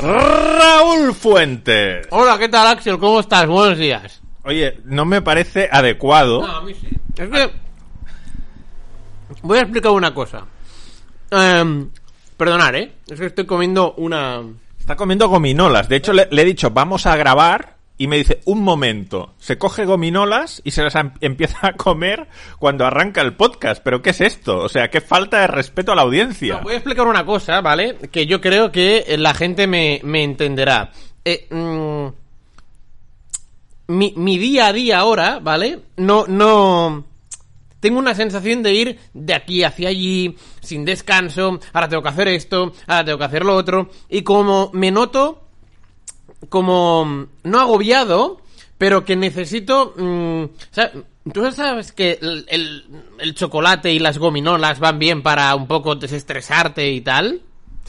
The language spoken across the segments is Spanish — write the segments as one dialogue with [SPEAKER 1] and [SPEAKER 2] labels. [SPEAKER 1] Raúl Fuentes.
[SPEAKER 2] Hola, ¿qué tal, Axel? ¿Cómo estás? Buenos días.
[SPEAKER 1] Oye, no me parece adecuado.
[SPEAKER 2] a mí sí. Es que. Voy a explicar una cosa. Eh, perdonad, ¿eh? Es que estoy comiendo una.
[SPEAKER 1] Está comiendo gominolas. De hecho, le, le he dicho, vamos a grabar. Y me dice, un momento. Se coge gominolas y se las am- empieza a comer cuando arranca el podcast. ¿Pero qué es esto? O sea, qué falta de respeto a la audiencia.
[SPEAKER 2] No, pues, voy a explicar una cosa, ¿vale? Que yo creo que la gente me, me entenderá. Eh, mm, mi, mi día a día ahora, ¿vale? No, no. Tengo una sensación de ir de aquí hacia allí, sin descanso. Ahora tengo que hacer esto, ahora tengo que hacer lo otro. Y como me noto como mm, no agobiado, pero que necesito... mm, sa- Tú sabes que el, el- el chocolate y las gominolas van bien para un poco desestresarte y tal.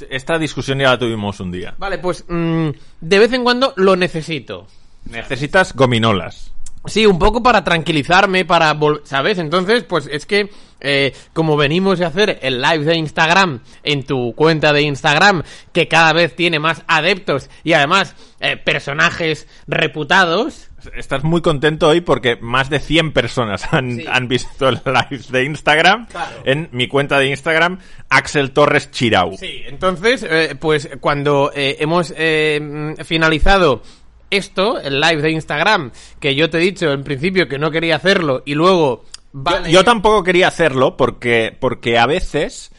[SPEAKER 1] Esta discusión ya la tuvimos un día.
[SPEAKER 2] Vale, pues mm, de vez en cuando lo necesito.
[SPEAKER 1] Necesitas gominolas.
[SPEAKER 2] Sí, un poco para tranquilizarme, para vol- ¿sabes? Entonces, pues es que eh, como venimos de hacer el live de Instagram en tu cuenta de Instagram, que cada vez tiene más adeptos y además eh, personajes reputados,
[SPEAKER 1] Estás muy contento hoy porque más de 100 personas han,
[SPEAKER 2] Sí.
[SPEAKER 1] han visto el live de Instagram
[SPEAKER 2] Claro.
[SPEAKER 1] en mi cuenta de Instagram, Axel Torres Chirau.
[SPEAKER 2] Sí, entonces, eh, pues cuando eh, hemos eh, mm, finalizado esto, el live de Instagram, que yo te he dicho en principio que no quería hacerlo y luego...
[SPEAKER 1] Yo,
[SPEAKER 2] vale,
[SPEAKER 1] yo tampoco quería hacerlo porque, porque a veces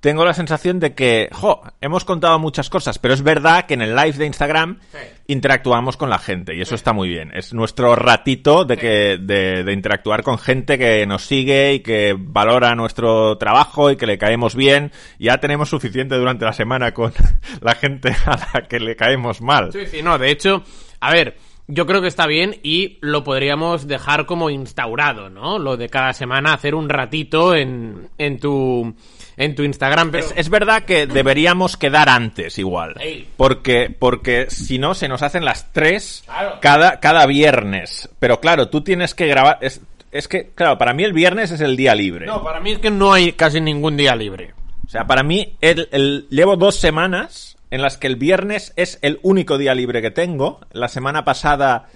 [SPEAKER 1] tengo la sensación de que, jo, hemos contado muchas cosas, pero es verdad que en el live de Instagram
[SPEAKER 2] Sí.
[SPEAKER 1] interactuamos con la gente y eso está muy bien. Es nuestro ratito de, que, de, de interactuar con gente que nos sigue y que valora nuestro trabajo y que le caemos bien. Ya tenemos suficiente durante la semana con la gente a la que le caemos mal.
[SPEAKER 2] Sí, sí, no, de hecho, a ver, yo creo que está bien y lo podríamos dejar como instaurado, ¿no? Lo de cada semana hacer un ratito en, en tu en tu Instagram. Pero...
[SPEAKER 1] Es, es verdad que deberíamos quedar antes igual.
[SPEAKER 2] Ey.
[SPEAKER 1] Porque, porque si no, se nos hacen las 3
[SPEAKER 2] Claro.
[SPEAKER 1] cada, cada viernes. Pero claro, tú tienes que grabar... Es, es que, claro, para mí el viernes es el día libre.
[SPEAKER 2] No, para mí es que no hay casi ningún día libre.
[SPEAKER 1] O sea, para mí el, el- llevo dos semanas en las que el viernes es el único día libre que tengo. La semana pasada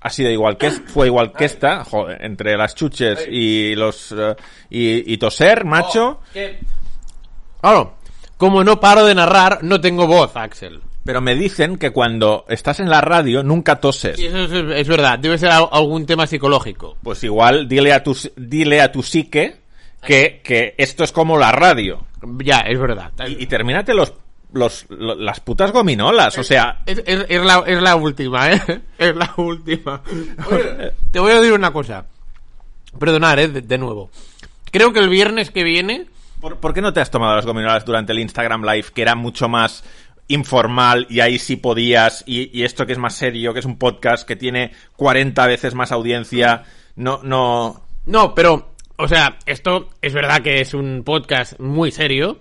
[SPEAKER 1] ha sido igual que es- fue igual que esta, joder, entre las chuches y los eh, y, y toser,
[SPEAKER 2] Oh.
[SPEAKER 1] macho.
[SPEAKER 2] Claro, como no paro de narrar, no tengo voz, Axel.
[SPEAKER 1] Pero me dicen que cuando estás en la radio nunca toses.
[SPEAKER 2] Y eso es, es verdad, debe ser al- algún tema psicológico.
[SPEAKER 1] Pues igual dile a tu, dile a tu psique que, que esto es como la radio.
[SPEAKER 2] Ya, es verdad.
[SPEAKER 1] Y, y termínate los, los, lo- las putas gominolas. O sea,
[SPEAKER 2] Es, es- es la, es la última, ¿eh? Es la última. Oye, te voy a decir una cosa. Perdonad, ¿eh? De, de nuevo. Creo que el viernes que viene...
[SPEAKER 1] ¿por, por qué no te has tomado las gominolas durante el Instagram Live, que era mucho más informal y ahí sí podías? Y, y esto que es más serio, que es un podcast que tiene 40 veces más audiencia. No, no.
[SPEAKER 2] No, pero... O sea, esto es verdad que es un podcast muy serio,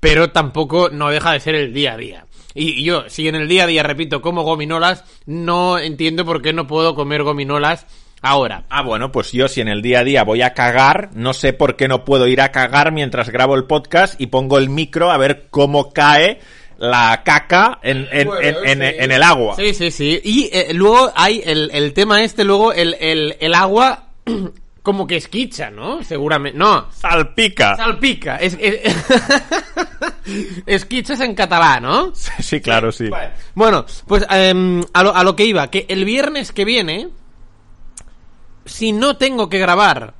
[SPEAKER 2] pero tampoco no deja de ser el día a día. Y y yo, si en el día a día, repito, como gominolas, no entiendo por qué no puedo comer gominolas ahora.
[SPEAKER 1] Ah, bueno, pues yo si en el día a día voy a cagar, no sé por qué no puedo ir a cagar mientras grabo el podcast y pongo el micro a ver cómo cae la caca en, en-
[SPEAKER 2] Bueno,
[SPEAKER 1] en- en-
[SPEAKER 2] sí.
[SPEAKER 1] en el agua.
[SPEAKER 2] Sí, sí, sí. Y eh, luego hay el, el tema este, luego el, el, el agua como que esquicha, ¿no? Seguramente. No,
[SPEAKER 1] Salpica.
[SPEAKER 2] salpica. Es, es- esquicha es en catalán, ¿no?
[SPEAKER 1] sí, claro, sí.
[SPEAKER 2] Vale. Bueno, pues em, a, lo, a lo que iba, que el viernes que viene, si no tengo que grabar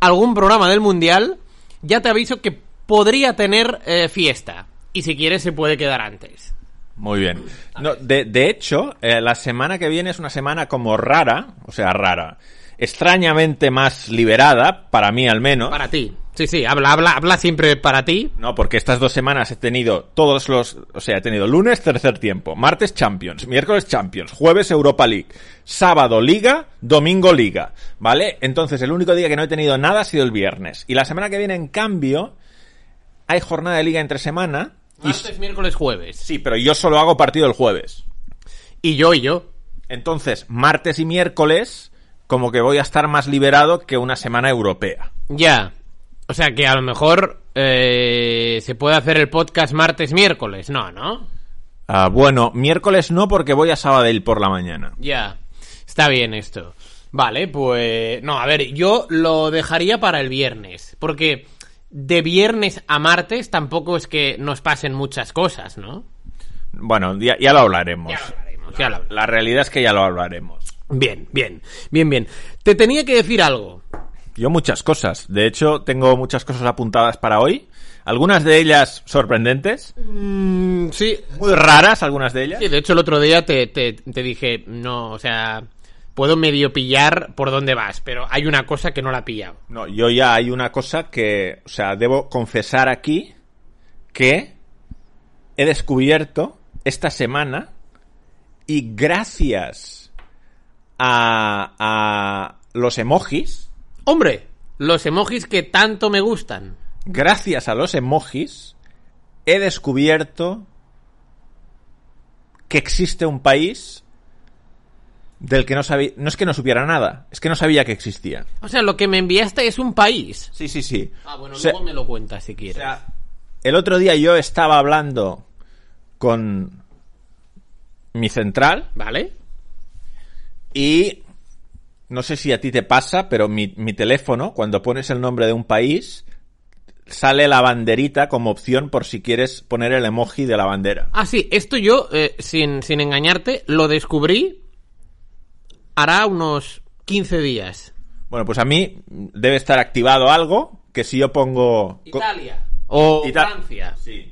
[SPEAKER 2] algún programa del Mundial, ya te aviso que podría tener eh, fiesta. Y si quieres se puede quedar antes.
[SPEAKER 1] Muy bien. No, de, de hecho, eh, la semana que viene es una semana como rara, o sea, rara, extrañamente más liberada, para mí al menos.
[SPEAKER 2] Para ti. Sí, sí, habla, habla, habla siempre para ti.
[SPEAKER 1] No, porque estas dos semanas he tenido todos los... O sea, he tenido lunes, tercer tiempo, martes Champions, miércoles Champions, jueves Europa League, sábado Liga, domingo Liga, ¿vale? Entonces, el único día que no he tenido nada ha sido el viernes. Y la semana que viene, en cambio, hay jornada de Liga entre semana. Y,
[SPEAKER 2] Martes, miércoles, jueves.
[SPEAKER 1] sí, pero yo solo hago partido el jueves.
[SPEAKER 2] Y yo y yo.
[SPEAKER 1] Entonces, martes y miércoles, como que voy a estar más liberado que una semana europea.
[SPEAKER 2] Ya. O sea que a lo mejor eh, se puede hacer el podcast martes, miércoles. No, ¿no?
[SPEAKER 1] Ah, bueno, miércoles no porque voy a Sabadell por la mañana.
[SPEAKER 2] Ya, está bien esto. Vale, pues... No, a ver, yo lo dejaría para el viernes, porque de viernes a martes tampoco es que nos pasen muchas cosas, ¿no?
[SPEAKER 1] Bueno, ya, ya lo hablaremos.
[SPEAKER 2] Ya lo hablaremos, ya lo hablaremos.
[SPEAKER 1] La realidad es que ya lo hablaremos.
[SPEAKER 2] Bien, bien, bien, bien. Te tenía que decir algo.
[SPEAKER 1] Yo muchas cosas. De hecho, tengo muchas cosas apuntadas para hoy. Algunas de ellas sorprendentes,
[SPEAKER 2] Mm, sí,
[SPEAKER 1] muy raras algunas de ellas.
[SPEAKER 2] Sí, de hecho el otro día te, te- te dije, no, o sea, puedo medio pillar por dónde vas, pero hay una cosa que no la he pillado.
[SPEAKER 1] No, yo ya hay una cosa que, o sea, debo confesar aquí que he descubierto esta semana y gracias a, a los emojis,
[SPEAKER 2] Hombre, los emojis que tanto me gustan.
[SPEAKER 1] gracias a los emojis, he descubierto que existe un país del que no sabía, no es que no supiera nada, es que no sabía que existía.
[SPEAKER 2] O sea, lo que me enviaste es un país.
[SPEAKER 1] Sí, sí, sí.
[SPEAKER 2] Ah, bueno,
[SPEAKER 1] O sea,
[SPEAKER 2] luego me lo cuentas si quieres.
[SPEAKER 1] O sea, el otro día yo estaba hablando con mi central
[SPEAKER 2] ¿Vale?
[SPEAKER 1] y no sé si a ti te pasa, pero mi, mi teléfono, cuando pones el nombre de un país, sale la banderita como opción por si quieres poner el emoji de la bandera.
[SPEAKER 2] Ah, sí, esto yo, eh, sin, sin engañarte, lo descubrí hará unos 15 días.
[SPEAKER 1] Bueno, pues a mí debe estar activado algo que si yo pongo... co-
[SPEAKER 2] Italia. O
[SPEAKER 1] Ita-
[SPEAKER 2] Francia.
[SPEAKER 1] Sí.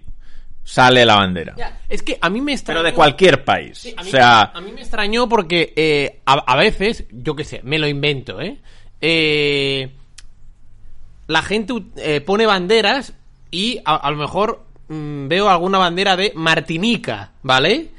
[SPEAKER 1] Sale la bandera.
[SPEAKER 2] Ya, es que a mí me está...
[SPEAKER 1] Pero de cualquier país.
[SPEAKER 2] Sí, a, mí,
[SPEAKER 1] o sea,
[SPEAKER 2] a mí me extrañó porque eh, a, a veces, yo qué sé, me lo invento, ¿eh? Eh, la gente ut- eh, pone banderas y a, a lo mejor mm, veo alguna bandera de Martinica, ¿vale?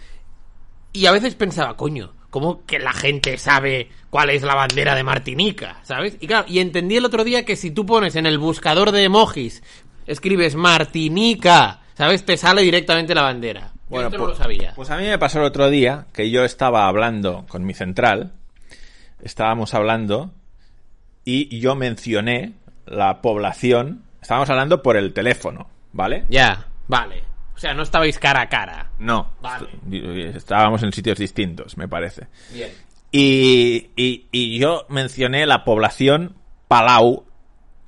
[SPEAKER 2] Y a veces pensaba, coño, ¿cómo que la gente sabe cuál es la bandera de Martinica? ¿Sabes? Y claro, y entendí el otro día que si tú pones en el buscador de emojis, escribes Martinica, ¿sabes? Te sale directamente la bandera. Yo
[SPEAKER 1] Bueno,
[SPEAKER 2] esto
[SPEAKER 1] pues,
[SPEAKER 2] no lo sabía.
[SPEAKER 1] pues a mí me pasó el otro día que yo estaba hablando con mi central, estábamos hablando y yo mencioné la población, estábamos hablando por el teléfono, ¿vale?
[SPEAKER 2] Ya, vale. O sea, no estabais cara a cara.
[SPEAKER 1] No,
[SPEAKER 2] Vale.
[SPEAKER 1] est- estábamos en sitios distintos, me parece.
[SPEAKER 2] Bien.
[SPEAKER 1] Y, y- y yo mencioné la población Palau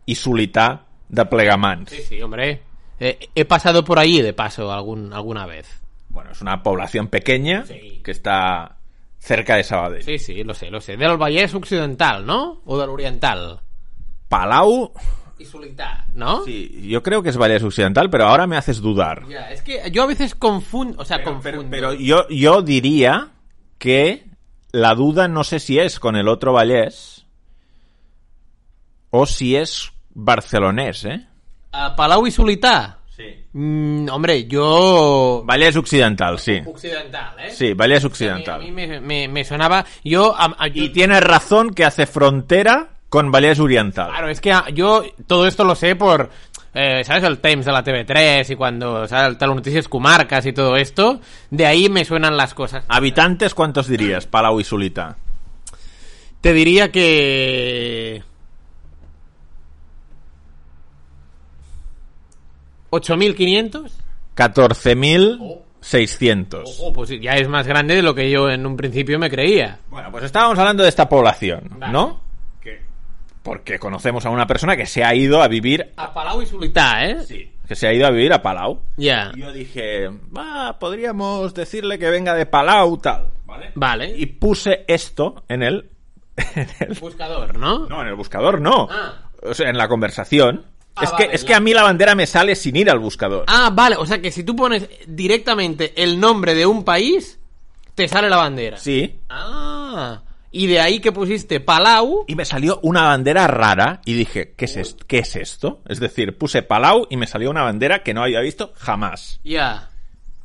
[SPEAKER 1] y Sulità de Plegamans.
[SPEAKER 2] Sí, sí, hombre. Eh, he pasado por ahí de paso algún, alguna vez.
[SPEAKER 1] Bueno, es una población pequeña
[SPEAKER 2] Sí.
[SPEAKER 1] que está cerca de Sabadell.
[SPEAKER 2] Sí, sí, lo sé, lo sé. Del Vallés Occidental, ¿no? O del Oriental.
[SPEAKER 1] Palau
[SPEAKER 2] Y Solità, ¿no?
[SPEAKER 1] Sí, yo creo que es Vallés Occidental, pero ahora me haces dudar.
[SPEAKER 2] Ya, es que yo a veces confundo, o sea,
[SPEAKER 1] Pero, pero-
[SPEAKER 2] confundo.
[SPEAKER 1] pero yo, yo diría que la duda no sé si es con el otro Vallés o si es barcelonés, ¿eh?
[SPEAKER 2] Ah, Palau y Solità.
[SPEAKER 1] Sí.
[SPEAKER 2] Mm, hombre, yo...
[SPEAKER 1] Vallés Occidental, sí.
[SPEAKER 2] Occidental, ¿eh?
[SPEAKER 1] Sí, Vallés
[SPEAKER 2] A mí, a
[SPEAKER 1] Occidental.
[SPEAKER 2] mí me, me- me sonaba... Yo... a- a- yo-
[SPEAKER 1] Y tienes razón que hace frontera con Vallés Oriental.
[SPEAKER 2] Claro, es que ah, yo todo esto lo sé por, eh, ¿sabes? El Times de la TV3 y cuando saltan las noticias comarcas y todo esto, de ahí me suenan las cosas.
[SPEAKER 1] ¿Habitantes cuántos dirías, Palau y Sulita?
[SPEAKER 2] Te diría que... 8.500.
[SPEAKER 1] 14.600.
[SPEAKER 2] Ojo, pues ya es más grande de lo que yo en un principio me creía.
[SPEAKER 1] Bueno, pues estábamos hablando de esta población,
[SPEAKER 2] Vale.
[SPEAKER 1] ¿no? Porque conocemos a una persona que se ha ido a vivir,
[SPEAKER 2] A Palau y Solità, ¿eh?
[SPEAKER 1] que se ha ido a vivir a Palau.
[SPEAKER 2] Ya.
[SPEAKER 1] Y Yo dije, va, podríamos decirle que venga de Palau, tal, ¿vale?
[SPEAKER 2] Vale.
[SPEAKER 1] Y puse esto en el, en el-
[SPEAKER 2] Buscador, ¿no?
[SPEAKER 1] no, en el buscador, no,
[SPEAKER 2] Ah.
[SPEAKER 1] o sea, en la conversación.
[SPEAKER 2] Ah,
[SPEAKER 1] es que
[SPEAKER 2] vale,
[SPEAKER 1] es
[SPEAKER 2] la-
[SPEAKER 1] que a mí la bandera me sale sin ir al buscador.
[SPEAKER 2] Ah, vale, o sea que si tú pones directamente el nombre de un país, te sale la bandera.
[SPEAKER 1] Sí.
[SPEAKER 2] Ah, y de ahí que pusiste Palau.
[SPEAKER 1] Y me salió una bandera rara y dije, ¿qué
[SPEAKER 2] Oh.
[SPEAKER 1] es, est- ¿qué es esto? Es decir, puse Palau y me salió una bandera que no había visto jamás.
[SPEAKER 2] Ya.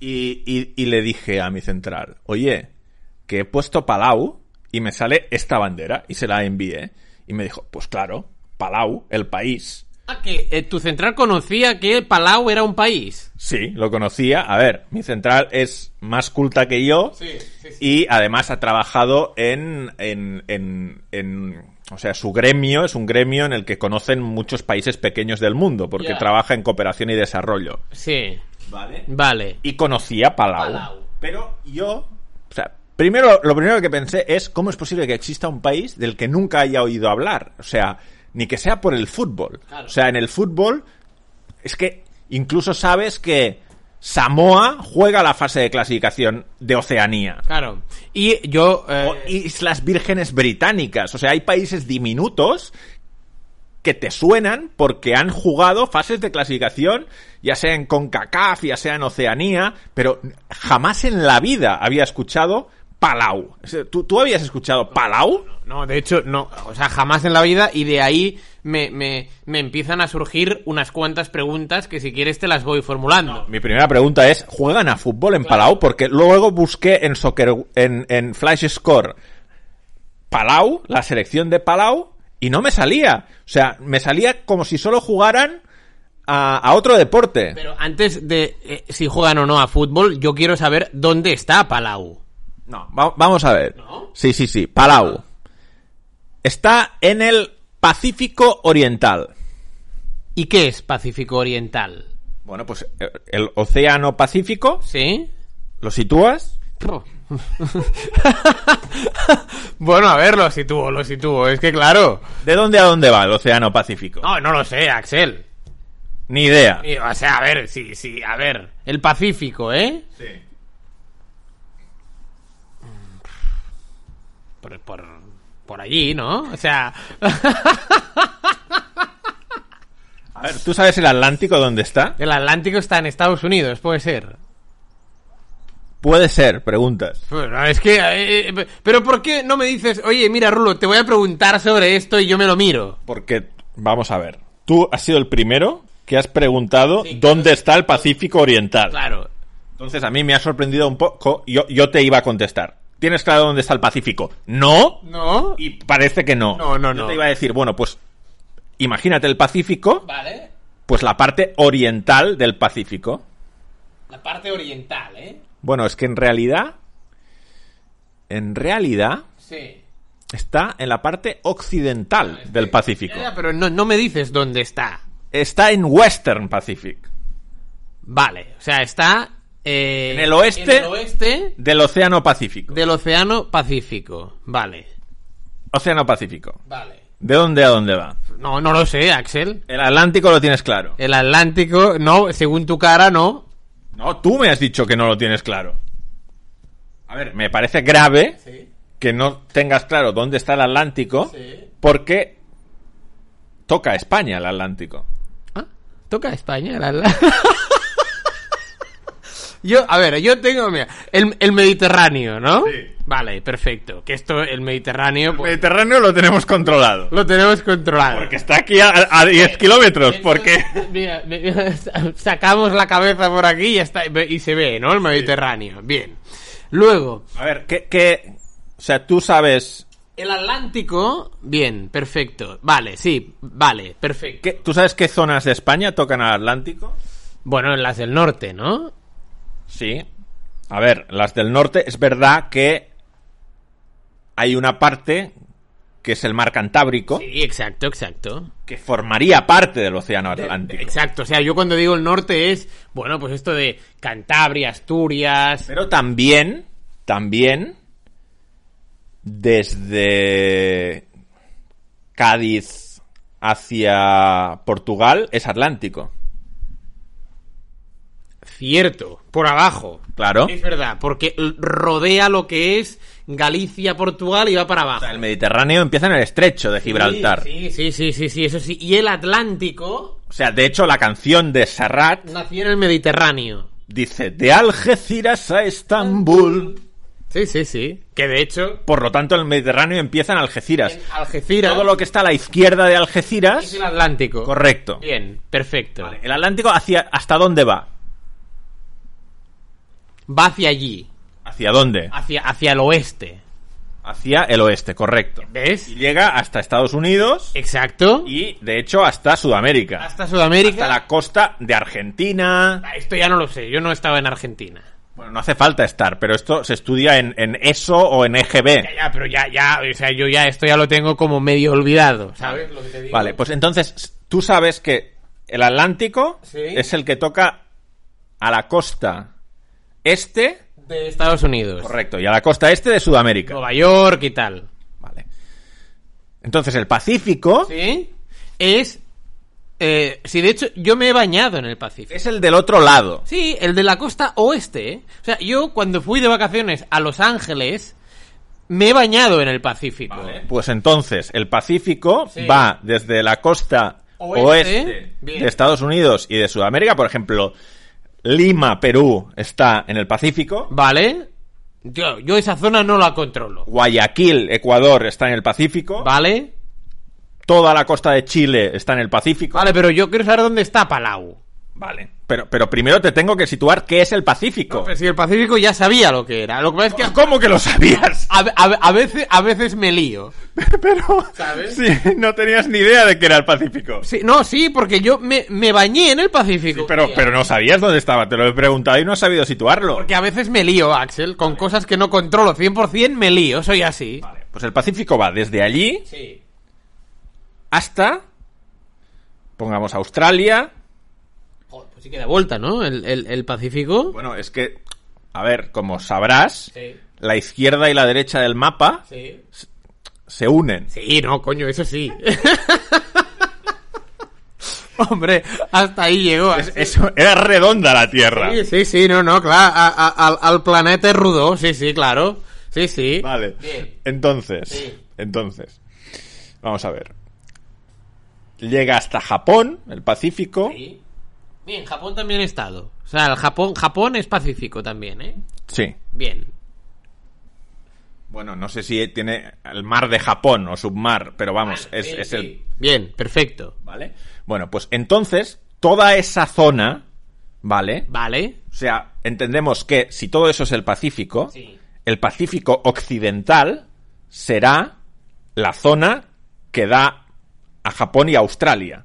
[SPEAKER 1] Y, y- y le dije a mi central, oye, que he puesto Palau y me sale esta bandera y se la envié. Y me dijo, pues claro, Palau, el país.
[SPEAKER 2] Ah, que eh, tu central conocía que Palau era un país.
[SPEAKER 1] Sí, lo conocía. A ver, mi central es más culta que yo y además ha trabajado en, en, en, en- O sea, su gremio es un gremio en el que conocen muchos países pequeños del mundo porque
[SPEAKER 2] Ya.
[SPEAKER 1] trabaja en cooperación y desarrollo.
[SPEAKER 2] Sí,
[SPEAKER 1] Vale.
[SPEAKER 2] vale.
[SPEAKER 1] Y conocía Palau.
[SPEAKER 2] Palau.
[SPEAKER 1] Pero yo, o sea, primero, lo primero que pensé es cómo es posible que exista un país del que nunca haya oído hablar. O sea, ni que sea por el fútbol.
[SPEAKER 2] Claro.
[SPEAKER 1] O sea, en el fútbol es que incluso sabes que Samoa juega la fase de clasificación de Oceanía.
[SPEAKER 2] Claro. Y yo. eh,
[SPEAKER 1] O Islas Vírgenes Británicas. O sea, hay países diminutos que te suenan porque han jugado fases de clasificación, ya sea en CONCACAF, ya sea en Oceanía, pero jamás en la vida había escuchado Palau. O sea, ¿Tú, tú habías escuchado Palau?
[SPEAKER 2] No, de hecho, no. O sea, jamás en la vida. Y de ahí me, me, me empiezan a surgir unas cuantas preguntas que si quieres te las voy formulando.
[SPEAKER 1] Mi primera pregunta es, ¿juegan a fútbol en Palau? Porque luego busqué en soccer, en, en Flash Score Palau, la selección de Palau, y no me salía. O sea, me salía como si solo jugaran a, a otro deporte.
[SPEAKER 2] Pero antes de eh, si juegan o no a fútbol, yo quiero saber dónde está Palau.
[SPEAKER 1] No, va- vamos a ver.
[SPEAKER 2] ¿No?
[SPEAKER 1] Sí, sí, sí. Palau. Está en el Pacífico Oriental.
[SPEAKER 2] ¿Y qué es Pacífico Oriental?
[SPEAKER 1] Bueno, pues eh, el Océano Pacífico,
[SPEAKER 2] ¿Sí?
[SPEAKER 1] ¿lo sitúas?
[SPEAKER 2] bueno, a ver, lo sitúo, lo sitúo. Es que claro.
[SPEAKER 1] ¿De dónde a dónde va el Océano Pacífico?
[SPEAKER 2] No, no lo sé, Axel.
[SPEAKER 1] Ni idea.
[SPEAKER 2] Y, O sea, a ver, sí, sí, a ver. El Pacífico, ¿eh? Por, por, por allí, ¿no? O sea,
[SPEAKER 1] A ver, ¿tú sabes el Atlántico dónde está?
[SPEAKER 2] el Atlántico está en Estados Unidos, puede ser.
[SPEAKER 1] Puede ser, preguntas.
[SPEAKER 2] Bueno, es que... eh, eh, pero ¿por qué no me dices, oye, mira, Rulo, te voy a preguntar sobre esto y yo me lo miro?
[SPEAKER 1] Porque, vamos a ver, tú has sido el primero que has preguntado dónde está el Pacífico Oriental.
[SPEAKER 2] Claro.
[SPEAKER 1] Entonces a mí me ha sorprendido un poco, yo, yo te iba a contestar. ¿Tienes claro dónde está el Pacífico? No,
[SPEAKER 2] ¿No?
[SPEAKER 1] y parece que no.
[SPEAKER 2] No, no,
[SPEAKER 1] Yo
[SPEAKER 2] no.
[SPEAKER 1] te iba a decir, bueno, pues imagínate el Pacífico,
[SPEAKER 2] Vale.
[SPEAKER 1] pues la parte oriental del Pacífico.
[SPEAKER 2] La parte oriental, ¿eh?
[SPEAKER 1] Bueno, es que en realidad, en realidad
[SPEAKER 2] Sí. Este,
[SPEAKER 1] está en la parte
[SPEAKER 2] Ah,
[SPEAKER 1] occidental del Pacífico.
[SPEAKER 2] pero no, no me dices dónde está.
[SPEAKER 1] Está en Western Pacific.
[SPEAKER 2] Vale, o sea, está... eh,
[SPEAKER 1] En el oeste.
[SPEAKER 2] En el oeste
[SPEAKER 1] Del Océano Pacífico.
[SPEAKER 2] del Océano Pacífico. Vale.
[SPEAKER 1] Océano Pacífico.
[SPEAKER 2] Vale.
[SPEAKER 1] ¿De dónde a dónde va?
[SPEAKER 2] No, no lo sé, Axel.
[SPEAKER 1] El Atlántico lo tienes claro.
[SPEAKER 2] El Atlántico, no, según tu cara, no.
[SPEAKER 1] No, tú me has dicho que no lo tienes claro. A ver, me parece grave que no tengas claro dónde está el Atlántico
[SPEAKER 2] Sí.
[SPEAKER 1] porque toca España el Atlántico.
[SPEAKER 2] Ah, Toca España, el Atlántico. yo, a ver, yo tengo, mira, el, el Mediterráneo, ¿no?
[SPEAKER 1] Sí.
[SPEAKER 2] Vale, perfecto. Que esto, el Mediterráneo,
[SPEAKER 1] El
[SPEAKER 2] pues,
[SPEAKER 1] Mediterráneo lo tenemos controlado.
[SPEAKER 2] lo tenemos controlado.
[SPEAKER 1] Porque está aquí a, a 10 kilómetros. Porque...
[SPEAKER 2] Mira, mira, sacamos la cabeza por aquí y ya está, y se ve, ¿no? El Mediterráneo. Bien. Luego,
[SPEAKER 1] A ver, ¿qué, qué... O sea, tú sabes...
[SPEAKER 2] el Atlántico, bien, perfecto. Vale, sí, vale, perfecto.
[SPEAKER 1] qué- ¿Tú sabes qué zonas de España tocan al Atlántico?
[SPEAKER 2] Bueno, en las del norte, ¿no?
[SPEAKER 1] Sí. A ver, las del norte es verdad que hay una parte que es el mar Cantábrico,
[SPEAKER 2] Sí, exacto, exacto.
[SPEAKER 1] que formaría parte del Océano Atlántico.
[SPEAKER 2] Exacto, o sea, yo cuando digo el norte es, bueno, pues esto de Cantabria, Asturias.
[SPEAKER 1] Pero también, también, desde Cádiz hacia Portugal es Atlántico.
[SPEAKER 2] Cierto, por abajo.
[SPEAKER 1] Claro.
[SPEAKER 2] Es verdad, porque l- rodea lo que es Galicia, Portugal y va para
[SPEAKER 1] O
[SPEAKER 2] abajo.
[SPEAKER 1] sea, el Mediterráneo empieza en el estrecho de Gibraltar.
[SPEAKER 2] Sí, sí, sí, sí, sí, eso sí. Y el Atlántico
[SPEAKER 1] O sea, de hecho, la canción de Serrat
[SPEAKER 2] nació en el Mediterráneo.
[SPEAKER 1] dice: De Algeciras a Estambul.
[SPEAKER 2] Sí, sí, sí. Que de hecho,
[SPEAKER 1] Por lo tanto, el Mediterráneo empieza en Algeciras.
[SPEAKER 2] en Algeciras
[SPEAKER 1] Todo lo que está a la izquierda de
[SPEAKER 2] es
[SPEAKER 1] Algeciras.
[SPEAKER 2] el Atlántico.
[SPEAKER 1] Correcto.
[SPEAKER 2] Bien, perfecto.
[SPEAKER 1] Vale, ¿El Atlántico hacia hasta dónde va?
[SPEAKER 2] Va hacia allí,
[SPEAKER 1] ¿Hacia dónde?
[SPEAKER 2] hacia, hacia el oeste.
[SPEAKER 1] Hacia el oeste, correcto.
[SPEAKER 2] ¿Ves?
[SPEAKER 1] Y llega hasta Estados Unidos
[SPEAKER 2] Exacto.
[SPEAKER 1] y, de hecho, hasta Sudamérica.
[SPEAKER 2] Eh. Hasta Sudamérica.
[SPEAKER 1] Hasta la costa de Argentina.
[SPEAKER 2] Ah, Esto ya no lo sé, yo no estaba en Argentina.
[SPEAKER 1] Bueno, no hace falta estar, pero esto se estudia en, en ESO o en E
[SPEAKER 2] Ya,
[SPEAKER 1] EGB.
[SPEAKER 2] ya, pero ya, ya, o sea, yo ya esto ya lo tengo como medio olvidado, ¿sabes lo que te digo?
[SPEAKER 1] Vale, pues entonces, tú sabes que el Atlántico
[SPEAKER 2] Sí.
[SPEAKER 1] es el que toca a la costa este
[SPEAKER 2] de Estados Unidos.
[SPEAKER 1] Pues Correcto, y a la costa este de Sudamérica.
[SPEAKER 2] Nueva York y tal.
[SPEAKER 1] Vale. Entonces el Pacífico
[SPEAKER 2] ¿Sí? Es... Eh, si de hecho yo me he bañado en el Pacífico.
[SPEAKER 1] es el del otro lado.
[SPEAKER 2] Sí, el de la costa oeste. ¿eh? O sea, yo cuando fui de vacaciones a Los Ángeles, me he bañado en el Pacífico.
[SPEAKER 1] Pues entonces el Pacífico
[SPEAKER 2] Sí.
[SPEAKER 1] va desde la costa
[SPEAKER 2] Oeste.
[SPEAKER 1] oeste,
[SPEAKER 2] Bien.
[SPEAKER 1] de Estados Unidos y de Sudamérica, por ejemplo, Lima, Perú está en el Pacífico,
[SPEAKER 2] ¿Vale? Yo, yo esa zona no la controlo.
[SPEAKER 1] Guayaquil, Ecuador está en el Pacífico,
[SPEAKER 2] ¿Vale?
[SPEAKER 1] toda la costa de Chile está en el Pacífico.
[SPEAKER 2] Vale, pero yo quiero saber dónde está Palau.
[SPEAKER 1] Vale. Pero, pero primero te tengo que situar qué es el Pacífico.
[SPEAKER 2] Pero si el Pacífico ya sabía lo que era. Lo que pasa es que
[SPEAKER 1] ¿Cómo que lo sabías?
[SPEAKER 2] a, a- a veces, a veces me lío.
[SPEAKER 1] Pero
[SPEAKER 2] ¿Sabes?
[SPEAKER 1] sí, no tenías ni idea de que era el Pacífico.
[SPEAKER 2] Sí, no, sí, porque yo me, me bañé en el Pacífico.
[SPEAKER 1] Pero,
[SPEAKER 2] tía.
[SPEAKER 1] pero no sabías dónde estaba, te lo he preguntado y no has sabido situarlo.
[SPEAKER 2] Porque a veces me lío, Axel, con cosas que no controlo 100%, me lío, soy así.
[SPEAKER 1] Vale, Pues el Pacífico va desde allí
[SPEAKER 2] Sí.
[SPEAKER 1] hasta, pongamos, Australia.
[SPEAKER 2] Joder, pues sí que da vuelta, ¿no? El, el- el Pacífico.
[SPEAKER 1] Bueno, es que, a ver, como sabrás,
[SPEAKER 2] Sí,
[SPEAKER 1] la izquierda y la derecha del mapa
[SPEAKER 2] sí.
[SPEAKER 1] se unen.
[SPEAKER 2] Sí, no, coño, eso sí. Hombre, hasta ahí llegó.
[SPEAKER 1] Es- eso- era redonda la Tierra.
[SPEAKER 2] Sí, sí, sí, no, no, claro. a- a- al, al planeta rudo, sí, sí, claro. Sí, sí.
[SPEAKER 1] Vale.
[SPEAKER 2] Bien.
[SPEAKER 1] Entonces,
[SPEAKER 2] Sí.
[SPEAKER 1] entonces, vamos a ver. Llega hasta Japón, el Pacífico. Sí.
[SPEAKER 2] Sí. Bien, Japón también he estado. O sea, el Japón, Japón es pacífico también, ¿eh? Bien.
[SPEAKER 1] Bueno, no sé si tiene el mar de Japón o submar, pero vamos, es,
[SPEAKER 2] Ah, Sí,
[SPEAKER 1] es
[SPEAKER 2] sí.
[SPEAKER 1] el...
[SPEAKER 2] Bien, perfecto.
[SPEAKER 1] ¿Vale? Bueno, pues entonces, toda esa zona, ¿vale?
[SPEAKER 2] Vale.
[SPEAKER 1] O sea, entendemos que si todo eso es el Pacífico,
[SPEAKER 2] Sí.
[SPEAKER 1] el Pacífico Occidental será la zona que da a Japón y a Australia.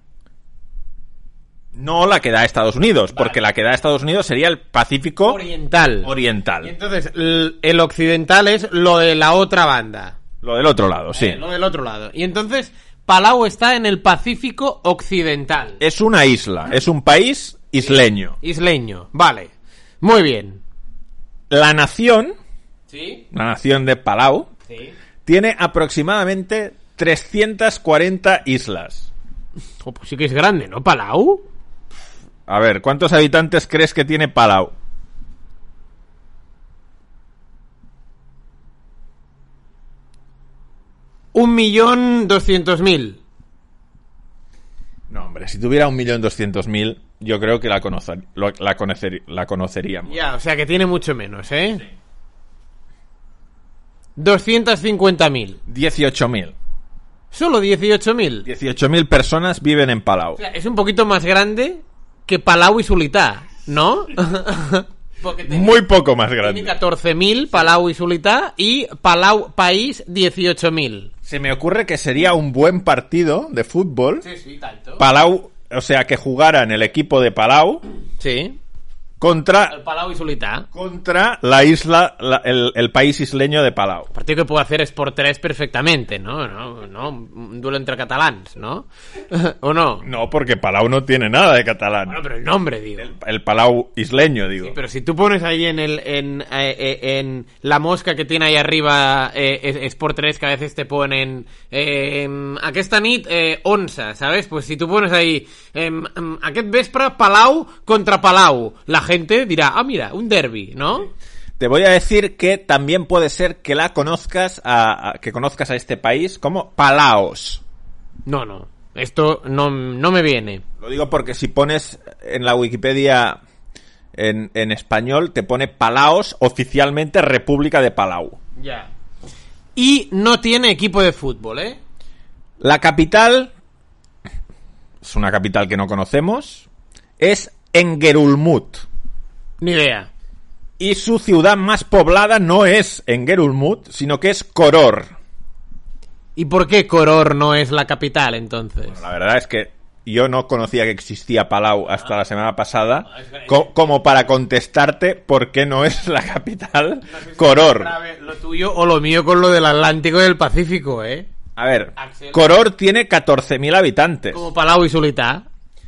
[SPEAKER 1] No la que da a Estados Unidos, porque la que da a Estados Unidos sería el Pacífico
[SPEAKER 2] Oriental. Y
[SPEAKER 1] Oriental.
[SPEAKER 2] entonces, l- el occidental es lo de la otra banda.
[SPEAKER 1] Lo del otro lado, sí.
[SPEAKER 2] Eh, lo del otro lado. Y entonces, Palau está en el Pacífico Occidental.
[SPEAKER 1] Es una isla, es un país isleño.
[SPEAKER 2] Isleño. Vale. Muy bien.
[SPEAKER 1] La nación,
[SPEAKER 2] ¿Sí?
[SPEAKER 1] la nación de Palau,
[SPEAKER 2] Sí.
[SPEAKER 1] tiene aproximadamente 340 islas.
[SPEAKER 2] Oh, pues sí que es grande, ¿no, Palau?
[SPEAKER 1] A ver, ¿cuántos habitantes crees que tiene Palau?
[SPEAKER 2] Un millón doscientos mil.
[SPEAKER 1] No, hombre, si tuviera un millón doscientos mil, yo creo que la, conocer- lo- la, conocer- la conoceríamos.
[SPEAKER 2] Ya, o sea que tiene mucho menos, ¿eh? 250.000.
[SPEAKER 1] 18.000.
[SPEAKER 2] Solo 18.000.
[SPEAKER 1] 18.000 personas viven en Palau.
[SPEAKER 2] O sea, es un poquito más grande que Palau y Sulitá, ¿no? Porque tiene,
[SPEAKER 1] Muy poco más
[SPEAKER 2] tiene
[SPEAKER 1] grande.
[SPEAKER 2] 14.000 Palau y Sulitá y Palau País 18.000.
[SPEAKER 1] Se me ocurre que sería un buen partido de fútbol.
[SPEAKER 2] Sí, sí, tanto.
[SPEAKER 1] Palau, o sea, que jugaran el equipo de Palau
[SPEAKER 2] sí.
[SPEAKER 1] contra,
[SPEAKER 2] Palau y Sulitá.
[SPEAKER 1] contra la isla, la- el, el país isleño de Palau.
[SPEAKER 2] Partido que puedo hacer es por tres perfectamente, ¿no? ¿No? ¿No? Un duelo entre catalans, ¿no? ¿O no?
[SPEAKER 1] No, porque Palau no tiene nada de catalán.
[SPEAKER 2] Bueno, pero el nombre, digo.
[SPEAKER 1] El Palau isleño, digo.
[SPEAKER 2] Sí, pero si tú pones ahí en el en, eh, eh, en la mosca que tiene ahí arriba eh, es, es por tres que a veces te ponen eh, em, aquesta nit eh, onza, ¿sabes? Pues si tú pones ahí em, em, aquest vespre Palau contra Palau, la gente dirá, ah, mira, un derby, ¿no?
[SPEAKER 1] Te voy a decir que también puede ser que la conozcas a, a- que conozcas a este país como Palaos.
[SPEAKER 2] No, no, esto no, no me viene.
[SPEAKER 1] Lo digo porque si pones en la Wikipedia en, en español te pone Palaos oficialmente República de Palau.
[SPEAKER 2] Ya. Y no tiene equipo de fútbol, ¿eh?
[SPEAKER 1] La capital es una capital que no conocemos, es Engerulmut
[SPEAKER 2] Ni idea.
[SPEAKER 1] y su ciudad más poblada no es Engerulmut, sino que es Koror.
[SPEAKER 2] ¿Y por qué Coror no es la capital entonces?
[SPEAKER 1] La verdad es que yo no conocía que existía Palau hasta la semana pasada,
[SPEAKER 2] Ah, espera,
[SPEAKER 1] co- como para contestarte por qué no es la capital Coror.
[SPEAKER 2] Grave, Lo tuyo o lo mío con lo del Atlántico y del Pacífico, ¿eh?
[SPEAKER 1] A ver,
[SPEAKER 2] Axel.
[SPEAKER 1] Coror tiene 14.000 habitantes.
[SPEAKER 2] Como Palau y Solitá.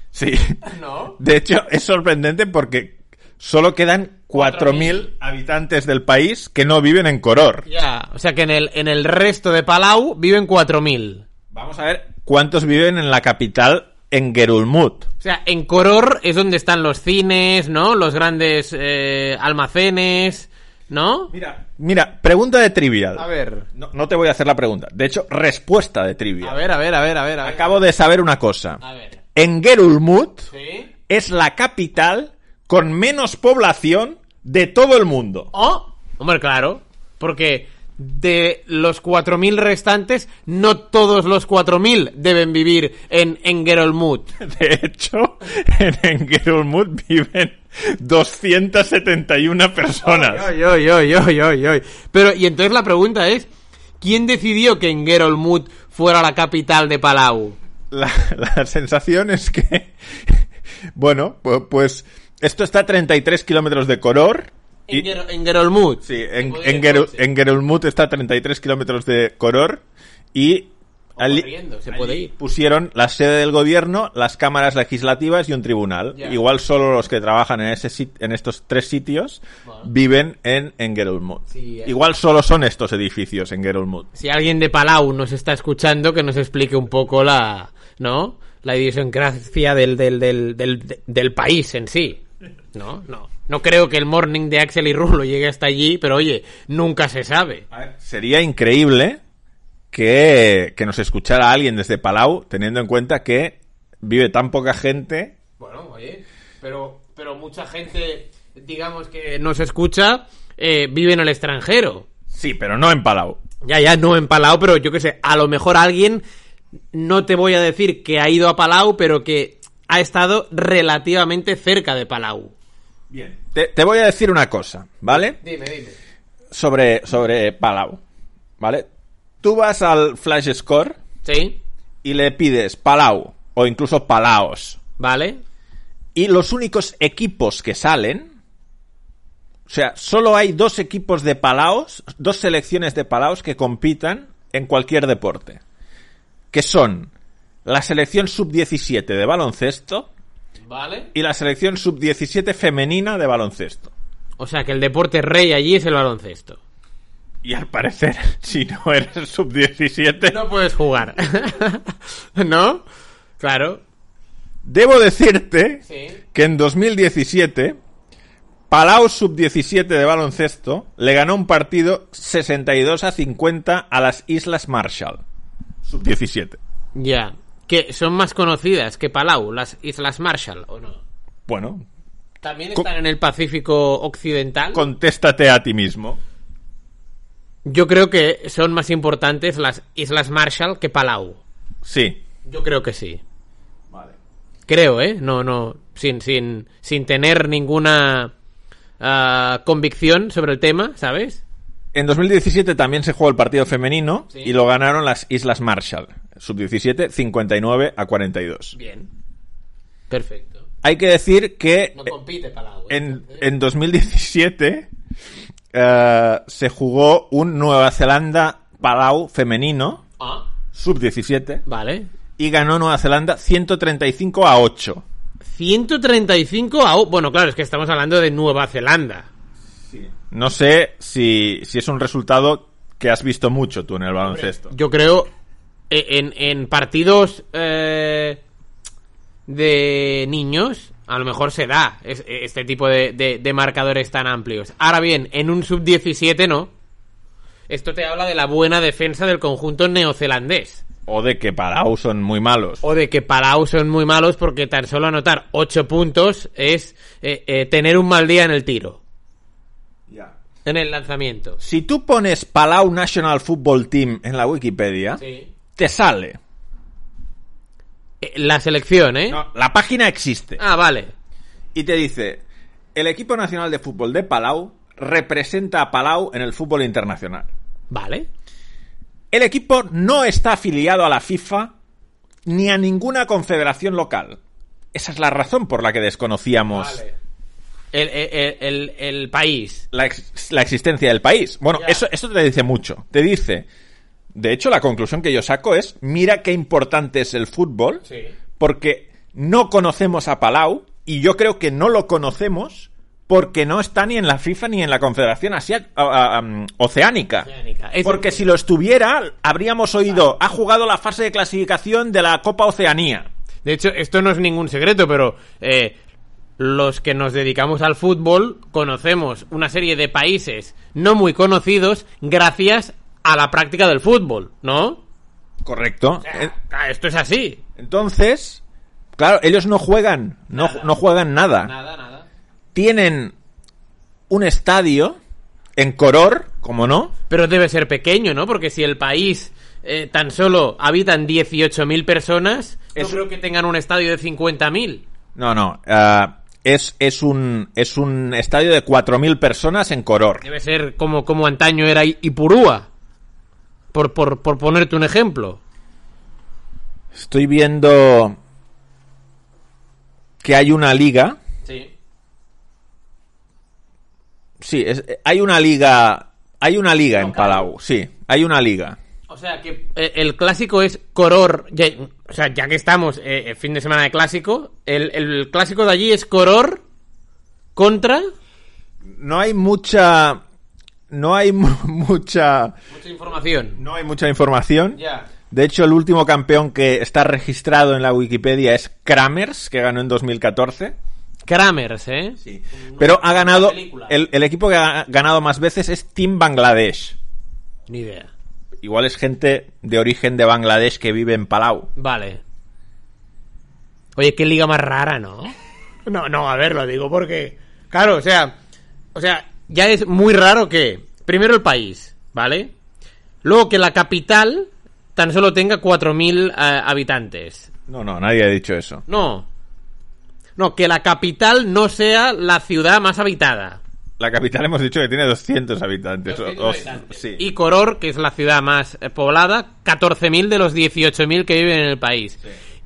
[SPEAKER 1] Sí.
[SPEAKER 2] ¿No?
[SPEAKER 1] De hecho, es sorprendente porque solo quedan 4.000 habitantes del país que no viven en Coror.
[SPEAKER 2] Ya, o sea que en el, en el resto de Palau viven 4.000.
[SPEAKER 1] Vamos a ver cuántos viven en la capital, en Gerulmud.
[SPEAKER 2] O sea, en Coror es donde están los cines, ¿no? Los grandes eh, almacenes, ¿no?
[SPEAKER 1] Mira, mira, pregunta de trivial.
[SPEAKER 2] A ver.
[SPEAKER 1] No, no te voy a hacer la pregunta. De hecho, respuesta de trivial.
[SPEAKER 2] A ver, a ver, a ver, a ver. A ver.
[SPEAKER 1] Acabo de saber una cosa.
[SPEAKER 2] A ver.
[SPEAKER 1] En Gerulmud
[SPEAKER 2] ¿Sí?
[SPEAKER 1] es la capital con menos población de todo el mundo.
[SPEAKER 2] Oh, hombre, claro. Porque de los 4.000 restantes, no todos los 4.000 deben vivir en Engerolmud.
[SPEAKER 1] De hecho, en Engerulmud viven 271 personas.
[SPEAKER 2] Oy, oy, oy, oy, oy, oy. Pero, y entonces la pregunta es, ¿quién decidió que Engerolmud fuera la capital de Palau?
[SPEAKER 1] La, la sensación es que, bueno, pu- pues esto está a 33 kilómetros de Coror. y-
[SPEAKER 2] Enguer- Engerolmud.
[SPEAKER 1] sí, en,
[SPEAKER 2] Podría
[SPEAKER 1] en, Geru-
[SPEAKER 2] irse.
[SPEAKER 1] en Gerulmud está a 33 kilómetros de Coror y...
[SPEAKER 2] O corriendo, se puede ir.
[SPEAKER 1] Pusieron la sede del gobierno, las cámaras legislativas y un tribunal.
[SPEAKER 2] Ya.
[SPEAKER 1] Igual solo los que trabajan en, ese sit- en estos tres sitios
[SPEAKER 2] Bueno.
[SPEAKER 1] viven en Engerulmud.
[SPEAKER 2] Sí, eh.
[SPEAKER 1] Igual solo son estos edificios en Gerulmud.
[SPEAKER 2] Si alguien de Palau nos está escuchando, que nos explique un poco la, ¿no? La idiosincrasia del, del, del, del, del país en sí. No, no. No creo que el morning de Axel y Rulo llegue hasta allí, pero oye, nunca se sabe.
[SPEAKER 1] A ver, sería increíble que, que nos escuchara alguien desde Palau, teniendo en cuenta que vive tan poca gente.
[SPEAKER 2] Bueno, oye, pero, pero mucha gente, digamos que nos escucha, eh, vive en el extranjero.
[SPEAKER 1] Sí, pero no en Palau.
[SPEAKER 2] Ya, ya, no en Palau, pero yo qué sé, a lo mejor alguien, no te voy a decir que ha ido a Palau, pero que ha estado relativamente cerca de Palau.
[SPEAKER 1] Bien. Te, te voy a decir una cosa, ¿vale?
[SPEAKER 2] Dime, dime.
[SPEAKER 1] Sobre, sobre Palau, ¿vale? Tú vas al Flash Score
[SPEAKER 2] Sí,
[SPEAKER 1] y le pides Palau o incluso Palaos.
[SPEAKER 2] vale.
[SPEAKER 1] Y los únicos equipos que salen. O sea, solo hay dos equipos de Palaos, dos selecciones de Palaos que compitan en cualquier deporte. Que son la selección sub-17 de baloncesto
[SPEAKER 2] Vale.
[SPEAKER 1] y la selección sub-17 femenina de baloncesto.
[SPEAKER 2] O sea que el deporte rey allí es el baloncesto.
[SPEAKER 1] Y al parecer, si no eres sub-17...
[SPEAKER 2] No puedes jugar. ¿No? Claro.
[SPEAKER 1] Debo decirte
[SPEAKER 2] Sí.
[SPEAKER 1] que en 2017, Palau Sub-17 de baloncesto le ganó un partido 62 a 50 a las Islas Marshall. Sub-17.
[SPEAKER 2] Ya. Que son más conocidas que Palau, las Islas Marshall, ¿o no?
[SPEAKER 1] Bueno,
[SPEAKER 2] También
[SPEAKER 1] Co-
[SPEAKER 2] están en el Pacífico Occidental.
[SPEAKER 1] contéstate a ti mismo.
[SPEAKER 2] Yo creo que son más importantes las Islas Marshall que Palau.
[SPEAKER 1] Sí.
[SPEAKER 2] Yo creo que sí.
[SPEAKER 1] Vale.
[SPEAKER 2] Creo, ¿eh? No, no. Sin, sin, sin tener ninguna ah, convicción sobre el tema, ¿sabes?
[SPEAKER 1] En 2017 también se jugó el partido femenino
[SPEAKER 2] Sí.
[SPEAKER 1] y lo ganaron las Islas Marshall. Sub-17, 59 a 42.
[SPEAKER 2] Bien. Perfecto.
[SPEAKER 1] Hay que decir que...
[SPEAKER 2] No compite Palau. ¿eh?
[SPEAKER 1] En, en 2017 eh, se jugó un Nueva Zelanda Palau femenino,
[SPEAKER 2] Ah,
[SPEAKER 1] sub-17,
[SPEAKER 2] vale.
[SPEAKER 1] y ganó Nueva Zelanda 135 a 8.
[SPEAKER 2] 135 a... Bueno, claro, es que estamos hablando de Nueva Zelanda.
[SPEAKER 1] No sé si, si es un resultado que has visto mucho tú en el baloncesto.
[SPEAKER 2] Yo creo eh, en, en partidos eh, de niños, a lo mejor se da es- este tipo de, de- de marcadores tan amplios. Ahora bien, en un sub-17 no. Esto te habla de la buena defensa del conjunto neozelandés.
[SPEAKER 1] O de que Palau son muy malos.
[SPEAKER 2] o de que Palau son muy malos porque tan solo anotar 8 puntos es eh, eh, tener un mal día en el tiro, en el lanzamiento.
[SPEAKER 1] Si tú pones Palau National Football Team en la Wikipedia, te sale.
[SPEAKER 2] Eh, La selección, ¿eh?
[SPEAKER 1] No, la página existe.
[SPEAKER 2] Ah, vale.
[SPEAKER 1] Y te dice, el equipo nacional de fútbol de Palau representa a Palau en el fútbol internacional.
[SPEAKER 2] Vale.
[SPEAKER 1] El equipo no está afiliado a la FIFA ni a ninguna confederación local. Esa es la razón por la que desconocíamos
[SPEAKER 2] El, el- el- el país.
[SPEAKER 1] la, ex- la existencia del país. Bueno,
[SPEAKER 2] Ya.
[SPEAKER 1] eso, eso te dice mucho. Te dice, de hecho, la conclusión que yo saco es, mira qué importante es el fútbol, porque no conocemos a Palau y yo creo que no lo conocemos porque no está ni en la FIFA ni en la Confederación Asia- a- a- am, Oceánica.
[SPEAKER 2] Oceánica. Es-
[SPEAKER 1] Porque si lo estuviera, habríamos oído, ha jugado la fase de clasificación de la Copa Oceanía.
[SPEAKER 2] De hecho, esto no es ningún secreto, pero eh, los que nos dedicamos al fútbol conocemos una serie de países no muy conocidos gracias a la práctica del fútbol, ¿no?
[SPEAKER 1] Correcto. Eh,
[SPEAKER 2] Ah, Esto es así.
[SPEAKER 1] Entonces, claro, ellos no juegan, no, no juegan nada.
[SPEAKER 2] Nada, nada.
[SPEAKER 1] Tienen un estadio en Coror, como no,
[SPEAKER 2] Pero debe ser pequeño, ¿no? Porque si el país eh, tan solo habitan 18.000 personas,
[SPEAKER 1] Es-
[SPEAKER 2] no creo que tengan un estadio de 50.000.
[SPEAKER 1] No, no. ah, es, es, un, es un estadio de 4.000 personas en Coror.
[SPEAKER 2] Debe ser como, como antaño era I- Ipurúa. Por, por, por ponerte un ejemplo.
[SPEAKER 1] Estoy viendo que hay una liga.
[SPEAKER 2] Sí.
[SPEAKER 1] Sí, es- hay una liga. Hay una liga en Palau, sí. Hay una liga.
[SPEAKER 2] O sea que eh, el clásico es Coror. Ya- o sea, ya que estamos eh, eh, fin de semana de clásico, el, el clásico de allí es Coror contra.
[SPEAKER 1] No hay mucha. No hay mu- mucha.
[SPEAKER 2] Mucha información.
[SPEAKER 1] No hay mucha información.
[SPEAKER 2] Ya.
[SPEAKER 1] De hecho, el último campeón que está registrado en la Wikipedia es Kramers, que ganó en 2014.
[SPEAKER 2] Kramers, ¿eh?
[SPEAKER 1] Sí. Pero ha ganado.
[SPEAKER 2] película.
[SPEAKER 1] El, el equipo que ha ganado más veces es Team Bangladesh.
[SPEAKER 2] Ni idea.
[SPEAKER 1] Igual es gente de origen de Bangladesh que vive en Palau.
[SPEAKER 2] Vale. Oye, qué liga más rara, ¿no? No, no, a ver, lo digo porque. Claro, o sea. O sea, ya es muy raro que. Primero el país, ¿vale? Luego que la capital tan solo tenga 4.000 eh, habitantes.
[SPEAKER 1] No, no, nadie ha dicho eso.
[SPEAKER 2] No. No, que la capital no sea la ciudad más habitada.
[SPEAKER 1] La capital hemos dicho que tiene 200 habitantes. o- o- sí.
[SPEAKER 2] Y Coror, que es la ciudad más eh, poblada, 14.000 de los 18.000 que viven en el país.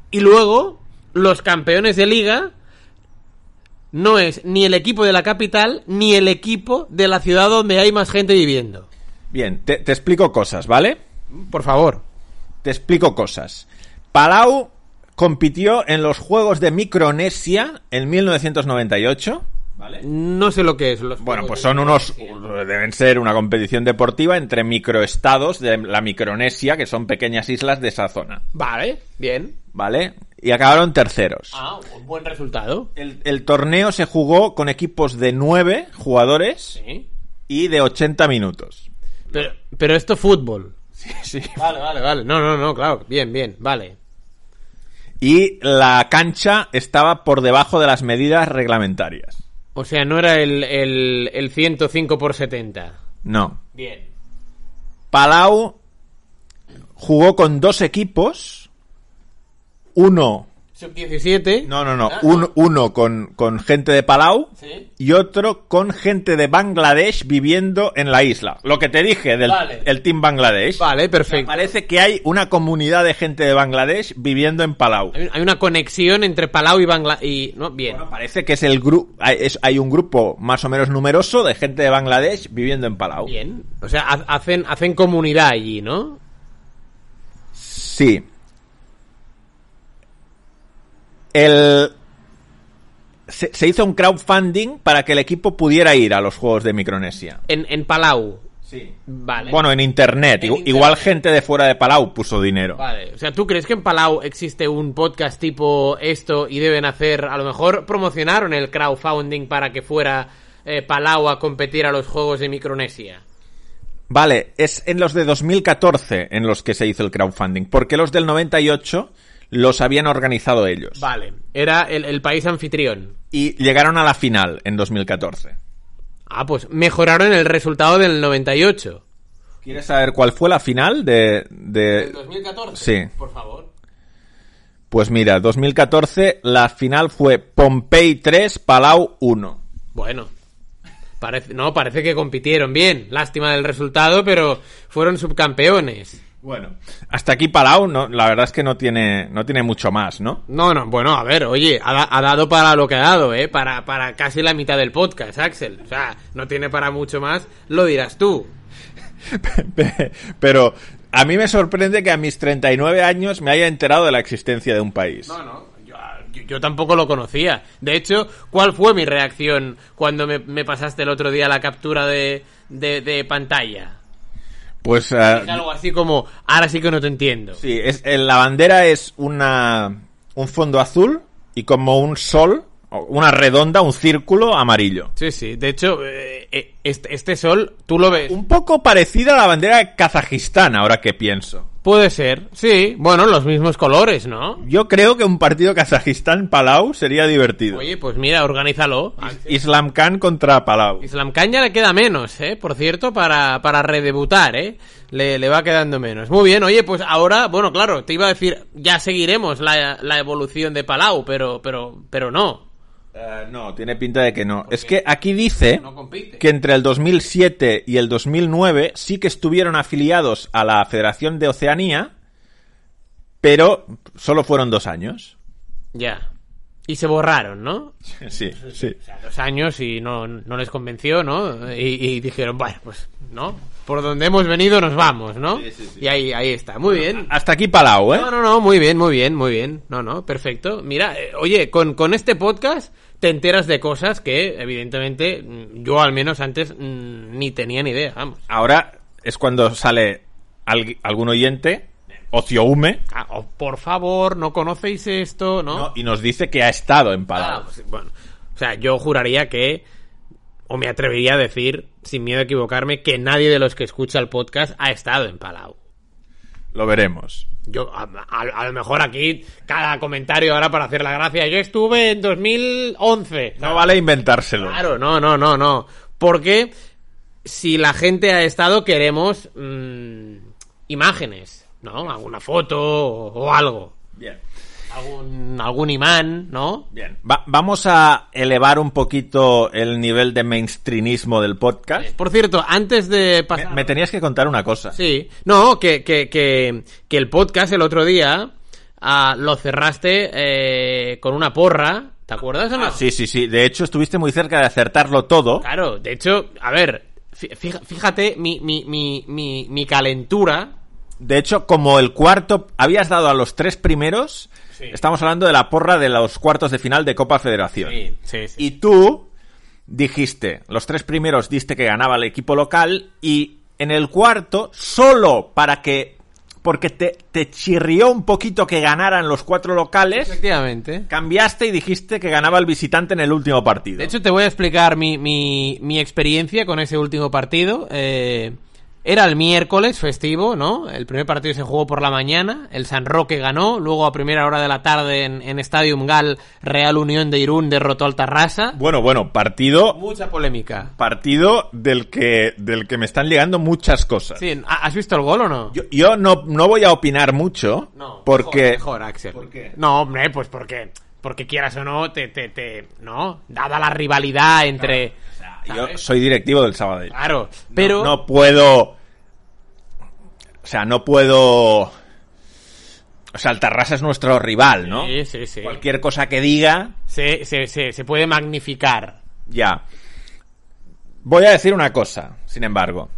[SPEAKER 2] Y luego, los campeones de liga no es ni el equipo de la capital ni el equipo de la ciudad donde hay más gente viviendo.
[SPEAKER 1] Bien, te, te explico cosas, ¿vale?
[SPEAKER 2] Por favor.
[SPEAKER 1] Te explico cosas. Palau compitió en los Juegos de Micronesia en 1998.
[SPEAKER 2] No sé lo que es. los
[SPEAKER 1] Bueno,
[SPEAKER 2] juegos
[SPEAKER 1] pues
[SPEAKER 2] de-
[SPEAKER 1] son unos. Deben ser una competición deportiva entre microestados de la Micronesia, que son pequeñas islas de esa zona.
[SPEAKER 2] Vale, bien.
[SPEAKER 1] ¿Vale? Y acabaron terceros.
[SPEAKER 2] Ah, un buen resultado.
[SPEAKER 1] El, el torneo se jugó con equipos de 9 jugadores
[SPEAKER 2] Sí.
[SPEAKER 1] y de 80 minutos.
[SPEAKER 2] Pero, pero esto fútbol.
[SPEAKER 1] Sí.
[SPEAKER 2] Vale, vale, vale. No, no, no, claro. Bien, bien, vale.
[SPEAKER 1] Y la cancha estaba por debajo de las medidas reglamentarias.
[SPEAKER 2] O sea, no era el, el, el 105 por 70.
[SPEAKER 1] No.
[SPEAKER 2] Bien.
[SPEAKER 1] Palau jugó con dos equipos. Uno.
[SPEAKER 2] Sub 17.
[SPEAKER 1] No, no, no. un- uno con, con gente de Palau
[SPEAKER 2] Sí.
[SPEAKER 1] y otro con gente de Bangladesh viviendo en la isla. Lo que te dije del
[SPEAKER 2] Vale.
[SPEAKER 1] el Team Bangladesh. O
[SPEAKER 2] Vale,
[SPEAKER 1] sea,
[SPEAKER 2] perfecto.
[SPEAKER 1] Parece que hay una comunidad de gente de Bangladesh viviendo en Palau.
[SPEAKER 2] Hay hay una conexión entre Palau y Bangla y no, bien.
[SPEAKER 1] Bueno, parece que es el grupo, hay, es- hay un grupo más o menos numeroso de gente de Bangladesh viviendo en Palau.
[SPEAKER 2] Bien. O sea, ha- hacen hacen comunidad allí, ¿no?
[SPEAKER 1] Sí. El se, se hizo un crowdfunding para que el equipo pudiera ir a los juegos de Micronesia.
[SPEAKER 2] En, en Palau.
[SPEAKER 1] Sí.
[SPEAKER 2] Vale.
[SPEAKER 1] Bueno, en internet.
[SPEAKER 2] En
[SPEAKER 1] Igu-
[SPEAKER 2] internet.
[SPEAKER 1] Igual gente de fuera de Palau puso dinero.
[SPEAKER 2] Vale, o sea, ¿tú crees que en Palau existe un podcast tipo esto y deben hacer, a lo mejor promocionaron el crowdfunding para que fuera eh, Palau a competir a los Juegos de Micronesia?
[SPEAKER 1] Vale, es en los de 2014 en los que se hizo el crowdfunding, porque los del 98 los habían organizado ellos.
[SPEAKER 2] Vale, era el, el país anfitrión.
[SPEAKER 1] Y llegaron a la final en 2014.
[SPEAKER 2] Ah, pues mejoraron el resultado del 98.
[SPEAKER 1] ¿Quieres saber cuál fue la final de... de...
[SPEAKER 2] 2014?
[SPEAKER 1] Sí.
[SPEAKER 2] Por favor.
[SPEAKER 1] Pues mira, 2014 la final fue Pompey 3, Palau 1.
[SPEAKER 2] Bueno. Parece, no, parece que compitieron bien. Lástima del resultado, pero fueron subcampeones.
[SPEAKER 1] Bueno. Hasta aquí Palau, no, la verdad es que no tiene, no tiene mucho más, ¿no?
[SPEAKER 2] No, no, bueno, a ver, oye, ha, da- ha dado para lo que ha dado, ¿eh? Para, para casi la mitad del podcast, Axel. O sea, no tiene para mucho más, lo dirás tú.
[SPEAKER 1] Pero a mí me sorprende que a mis 39 años me haya enterado de la existencia de un país.
[SPEAKER 2] No, no, yo, ah, yo, yo tampoco lo conocía. De hecho, ¿cuál fue mi reacción cuando me, me pasaste el otro día la captura de, de, de pantalla?
[SPEAKER 1] Pues eh,
[SPEAKER 2] Es algo así como, ahora sí que no te entiendo.
[SPEAKER 1] sí, es, eh, la bandera es una un fondo azul y como un sol, o una redonda, un círculo amarillo.
[SPEAKER 2] Sí, sí. De hecho, eh, eh, este, este sol, tú lo ves.
[SPEAKER 1] Un poco parecida a la bandera kazajistán, ahora que pienso.
[SPEAKER 2] Puede ser, sí. Bueno, los mismos colores, ¿no?
[SPEAKER 1] Yo creo que un partido Kazajistán-Palau sería divertido.
[SPEAKER 2] Oye, pues mira, organízalo.
[SPEAKER 1] Islam Khan contra Palau.
[SPEAKER 2] Islam Khan ya le queda menos, ¿eh? Por cierto, para, para redebutar, ¿eh? Le, le va quedando menos. Muy bien, oye, pues ahora, bueno, claro, te iba a decir, ya seguiremos la, la evolución de Palau, pero, pero, pero no.
[SPEAKER 1] Eh, no, tiene pinta de que no. Es que aquí dice
[SPEAKER 2] No compite.
[SPEAKER 1] que entre el 2007 y el 2009 sí que estuvieron afiliados a la Federación de Oceanía, pero solo fueron dos años.
[SPEAKER 2] Ya. Y se borraron, ¿no?
[SPEAKER 1] Sí, sí.
[SPEAKER 2] O sea, dos años y no, no les convenció, ¿no? Y, y dijeron, bueno, pues, ¿no? Por donde hemos venido nos vamos, ¿no? Y ahí, ahí está, muy bien.
[SPEAKER 1] Hasta aquí Palau, ¿eh?
[SPEAKER 2] No, no, no, muy bien, muy bien, muy bien. No, no, perfecto. Mira, eh, oye, con, con este podcast te enteras de cosas que, evidentemente, mm, yo al menos antes mm, ni tenía ni idea, vamos.
[SPEAKER 1] Ahora es cuando sale al- algún oyente, Ocioume,
[SPEAKER 2] Ah, oh, por favor, no conocéis esto, ¿no?
[SPEAKER 1] ¿no? y nos dice que ha estado en
[SPEAKER 2] Ah,
[SPEAKER 1] Palau.
[SPEAKER 2] pues, bueno. O sea, yo juraría que, o me atrevería a decir, sin miedo a equivocarme, que nadie de los que escucha el podcast ha estado en Palau.
[SPEAKER 1] Lo veremos.
[SPEAKER 2] Yo, a, a- a lo mejor aquí, cada comentario ahora para hacer la gracia, yo estuve en 2011.
[SPEAKER 1] No vale inventárselo.
[SPEAKER 2] Claro, no, no, no, no. Porque si la gente ha estado, queremos mm, imágenes, ¿no? Alguna foto o, o algo.
[SPEAKER 1] Bien.
[SPEAKER 2] Algún, algún imán, ¿no?
[SPEAKER 1] Bien, Va- vamos a elevar un poquito el nivel de mainstreamismo del podcast.
[SPEAKER 2] Por cierto, antes de
[SPEAKER 1] Me,
[SPEAKER 2] pasar...
[SPEAKER 1] me tenías que contar una cosa.
[SPEAKER 2] Sí, no, que, que, que, que el podcast el otro día ah, lo cerraste eh, con una porra, ¿te acuerdas o no?
[SPEAKER 1] Ah, sí, sí, sí. De hecho, estuviste muy cerca de acertarlo todo.
[SPEAKER 2] Claro, de hecho, a ver, fí- fija- fíjate mi, mi, mi, mi, mi calentura.
[SPEAKER 1] De hecho, como el cuarto habías dado a los tres primeros,
[SPEAKER 2] Sí.
[SPEAKER 1] estamos hablando de la porra de los cuartos de final de Copa Federación.
[SPEAKER 2] Sí, sí, sí.
[SPEAKER 1] Y tú dijiste, los tres primeros diste que ganaba el equipo local y en el cuarto, solo para que... Porque te, te chirrió un poquito que ganaran los cuatro locales.
[SPEAKER 2] Efectivamente.
[SPEAKER 1] Cambiaste y dijiste que ganaba el visitante en el último partido.
[SPEAKER 2] De hecho, te voy a explicar mi, mi, mi experiencia con ese último partido. Eh, era el miércoles festivo, ¿no? El primer partido se jugó por la mañana, el San Roque ganó, luego a primera hora de la tarde en, en Stadium Gal, Real Unión de Irún derrotó al Tarrasa.
[SPEAKER 1] bueno, bueno, partido
[SPEAKER 2] Mucha polémica.
[SPEAKER 1] partido del que del que me están llegando muchas cosas.
[SPEAKER 2] Sí, ¿ha- ¿has visto el gol o no?
[SPEAKER 1] Yo, yo no, no voy a opinar mucho
[SPEAKER 2] No,
[SPEAKER 1] porque
[SPEAKER 2] Mejor, mejor, Axel.
[SPEAKER 1] ¿Por qué?
[SPEAKER 2] No, hombre, pues porque. Porque quieras o no, te, te, te. ¿No? Dada la rivalidad entre.
[SPEAKER 1] yo soy directivo del Sabadell.
[SPEAKER 2] Claro, pero.
[SPEAKER 1] no, no puedo o sea, no puedo o sea, el Tarrasa es nuestro rival, ¿no?
[SPEAKER 2] Sí, sí, sí.
[SPEAKER 1] Cualquier cosa que diga,
[SPEAKER 2] Se, se, se, se puede magnificar.
[SPEAKER 1] ya. Voy a decir una cosa, sin embargo.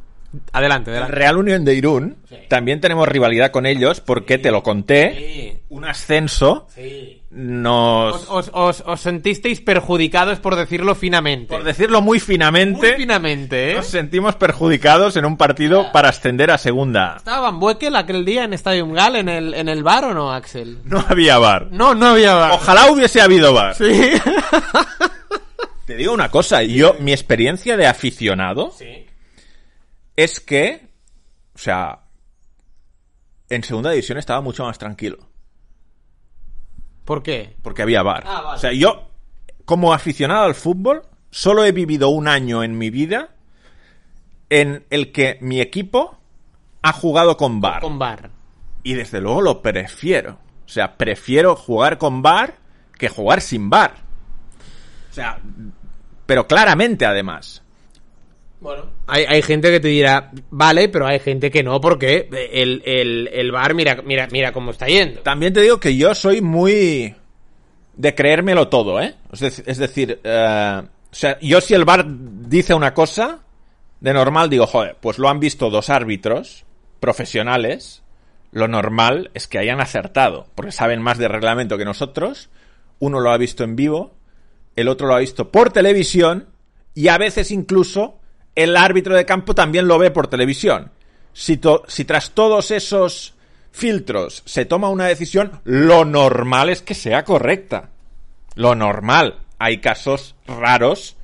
[SPEAKER 2] Adelante,
[SPEAKER 1] La
[SPEAKER 2] adelante.
[SPEAKER 1] Real Unión de Irún, también tenemos rivalidad con ellos porque te lo conté.
[SPEAKER 2] Sí,
[SPEAKER 1] Un ascenso
[SPEAKER 2] sí. Os,
[SPEAKER 1] nos.
[SPEAKER 2] os, os, os sentisteis perjudicados por decirlo finamente.
[SPEAKER 1] Por decirlo muy finamente,
[SPEAKER 2] Muy finamente, ¿eh?
[SPEAKER 1] nos sentimos perjudicados en un partido para ascender a segunda. A.
[SPEAKER 2] ¿Estaba Van Buekel aquel día en Stadium Gal en el, en el bar o no, Axel?
[SPEAKER 1] No había bar.
[SPEAKER 2] No, no había bar.
[SPEAKER 1] Ojalá hubiese habido bar.
[SPEAKER 2] Sí.
[SPEAKER 1] Te digo una cosa, yo, mi experiencia de aficionado es que, o sea, en segunda división estaba mucho más tranquilo.
[SPEAKER 2] ¿Por qué?
[SPEAKER 1] Porque había bar.
[SPEAKER 2] Ah, vale.
[SPEAKER 1] O sea, yo, como aficionado al fútbol, solo he vivido un año en mi vida en el que mi equipo ha jugado con bar.
[SPEAKER 2] Con bar.
[SPEAKER 1] Y desde luego lo prefiero. O sea, prefiero jugar con bar que jugar sin bar. O sea, pero claramente además.
[SPEAKER 2] Bueno. Hay, hay gente que te dirá, vale, pero hay gente que no, porque el, el, el bar, mira, mira, mira cómo está yendo.
[SPEAKER 1] También te digo que yo soy muy de creérmelo todo, ¿eh? Es, dec- es decir, eh, o sea, yo si el bar dice una cosa, de normal digo, joder, pues lo han visto dos árbitros profesionales, lo normal es que hayan acertado, porque saben más de reglamento que nosotros. uno lo ha visto en vivo, el otro lo ha visto por televisión y a veces incluso el árbitro de campo también lo ve por televisión. Si, to- si tras todos esos filtros se toma una decisión, lo normal es que sea correcta. Lo normal. Hay casos raros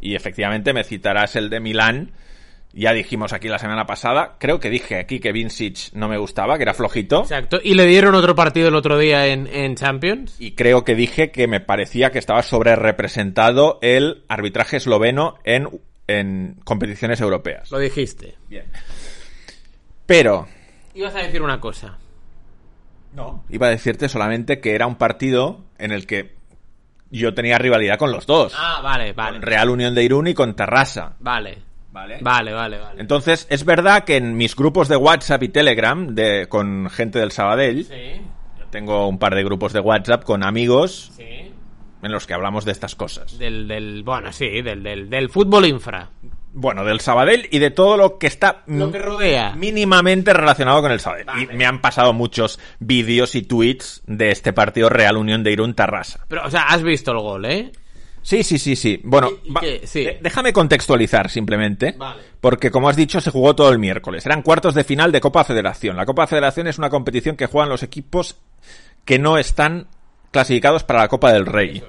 [SPEAKER 1] y efectivamente me citarás el de Milán. Ya dijimos aquí la semana pasada, creo que dije aquí que Vincic no me gustaba, que era flojito.
[SPEAKER 2] Exacto. Y le dieron otro partido el otro día en, en Champions.
[SPEAKER 1] Y creo que dije que me parecía que estaba sobre representado el arbitraje esloveno en, en competiciones europeas.
[SPEAKER 2] Lo dijiste.
[SPEAKER 1] Pero
[SPEAKER 2] Ibas a decir una cosa.
[SPEAKER 1] iba a decirte solamente que era un partido en el que yo tenía rivalidad con los dos.
[SPEAKER 2] Ah, vale,
[SPEAKER 1] Con
[SPEAKER 2] vale.
[SPEAKER 1] Real Unión de Irún y con Terrassa.
[SPEAKER 2] Vale. Vale, vale, vale.
[SPEAKER 1] Entonces, es verdad que en mis grupos de WhatsApp y Telegram de, con gente del Sabadell,
[SPEAKER 2] Sí,
[SPEAKER 1] tengo un par de grupos de WhatsApp con amigos
[SPEAKER 2] sí.
[SPEAKER 1] en los que hablamos de estas cosas.
[SPEAKER 2] Del, del, bueno, sí, del, del, del fútbol infra.
[SPEAKER 1] Bueno, del Sabadell y de todo lo que está
[SPEAKER 2] Lo que rodea.
[SPEAKER 1] mínimamente relacionado con el Sabadell. Y me han pasado muchos vídeos y tweets de este partido Real Unión de Irún Tarrasa.
[SPEAKER 2] Pero, o sea, has visto el gol, ¿eh?
[SPEAKER 1] Sí, sí, sí, sí. Bueno,
[SPEAKER 2] ¿Y- y qué? Sí.
[SPEAKER 1] de- déjame contextualizar simplemente.
[SPEAKER 2] Vale.
[SPEAKER 1] Porque, como has dicho, se jugó todo el miércoles. Eran cuartos de final de Copa Federación. La Copa Federación es una competición que juegan los equipos que no están clasificados para la Copa del Rey.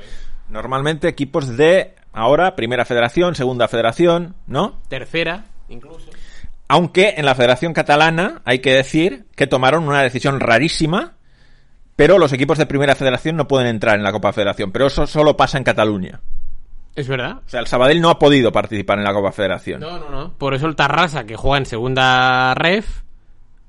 [SPEAKER 1] Normalmente equipos de ahora, Primera Federación, Segunda Federación, ¿no?
[SPEAKER 2] Tercera, incluso.
[SPEAKER 1] Aunque en la Federación Catalana hay que decir que tomaron una decisión rarísima, pero los equipos de Primera Federación no pueden entrar en la Copa Federación. Pero eso solo pasa en Cataluña.
[SPEAKER 2] ¿Es verdad?
[SPEAKER 1] O sea, el Sabadell no ha podido participar en la Copa Federación.
[SPEAKER 2] No, no, no. Por eso el Tarrasa, que juega en segunda ref,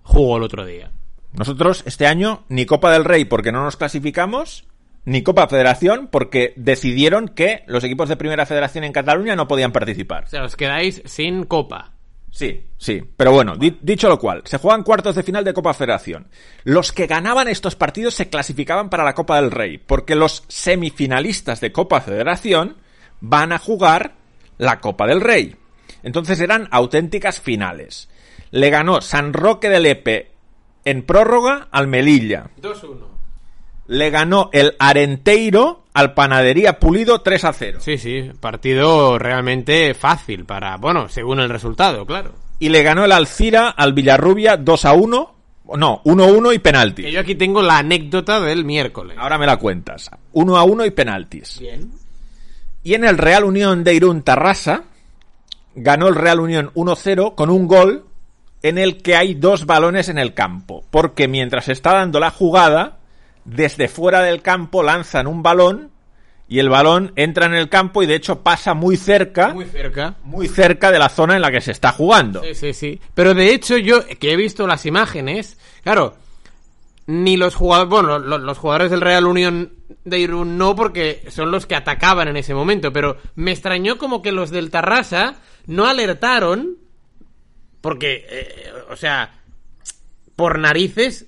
[SPEAKER 2] jugó el otro día.
[SPEAKER 1] Nosotros este año ni Copa del Rey porque no nos clasificamos, ni Copa Federación porque decidieron que los equipos de Primera Federación en Cataluña no podían participar.
[SPEAKER 2] O sea, os quedáis sin copa.
[SPEAKER 1] Sí, sí. Pero bueno, di- dicho lo cual, se juegan cuartos de final de Copa Federación. Los que ganaban estos partidos se clasificaban para la Copa del Rey, porque los semifinalistas de Copa Federación van a jugar la Copa del Rey. Entonces eran auténticas finales. Le ganó San Roque del Epe en prórroga al Melilla.
[SPEAKER 2] 2-1.
[SPEAKER 1] Le ganó el Arenteiro al Panadería Pulido 3 a 0.
[SPEAKER 2] Sí, sí. Partido realmente fácil para. Bueno, según el resultado, claro.
[SPEAKER 1] Y le ganó el Alcira al Villarrubia 2 a 1. No, 1 a 1 y penalti.
[SPEAKER 2] Que yo aquí tengo la anécdota del miércoles.
[SPEAKER 1] Ahora me la cuentas. Uno a uno y penaltis.
[SPEAKER 2] Bien.
[SPEAKER 1] Y en el Real Unión de Irún Tarrasa ganó el Real Unión 1-0 con un gol en el que hay dos balones en el campo. Porque mientras está dando la jugada, desde fuera del campo lanzan un balón y el balón entra en el campo y de hecho pasa muy cerca,
[SPEAKER 2] Muy cerca.
[SPEAKER 1] muy cerca de la zona en la que se está jugando.
[SPEAKER 2] Sí, sí, sí. Pero de hecho, yo que he visto las imágenes, claro, ni los jugadores, bueno, lo- los, jugadores del Real Unión de Irún no, porque son los que atacaban en ese momento, pero me extrañó como que los del Tarrasa no alertaron, porque, eh, o sea, por narices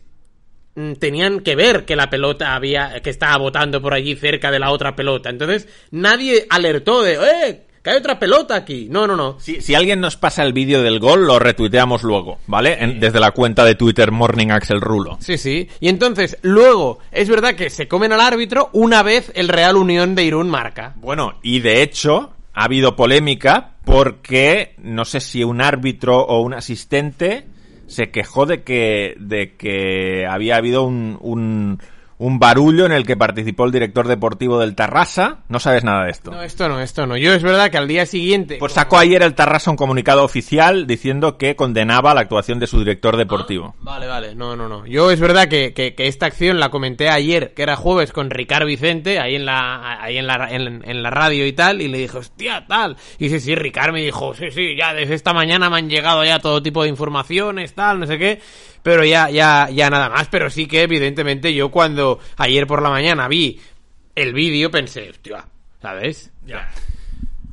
[SPEAKER 2] mm, tenían que ver que la pelota había que estaba botando por allí cerca de la otra pelota entonces nadie alertó de eh que hay otra pelota aquí no no no
[SPEAKER 1] Si, si alguien nos pasa el vídeo del gol, lo retuiteamos luego, ¿vale? En- desde la cuenta de Twitter Morning Axel Rulo.
[SPEAKER 2] Sí, sí. Y entonces, luego, es verdad que se comen al árbitro una vez el Real Unión de Irún marca.
[SPEAKER 1] Bueno, y de hecho ha habido polémica porque no sé si un árbitro o un asistente se quejó de que, de que había habido un, un, un barullo en el que participó el director deportivo del Tarrasa. No sabes nada de esto.
[SPEAKER 2] No, eh, esto no, esto no. Yo es verdad que al día siguiente...
[SPEAKER 1] Pues sacó ayer el Tarrasa un comunicado oficial diciendo que condenaba la actuación de su director deportivo.
[SPEAKER 2] Vale, vale, no, no, no. Yo es verdad que, que- que esta acción la comenté ayer, que era jueves, con Ricard Vicente, ahí en la, ahí en la, en, en la radio y tal, y le dije, hostia, tal. Y sí, sí, Ricard me dijo, sí, sí, ya desde esta mañana me han llegado ya todo tipo de informaciones, tal, no sé qué. Pero ya, ya, ya nada más. Pero sí que, evidentemente, yo cuando ayer por la mañana vi el vídeo pensé, hostia, ¿sabes?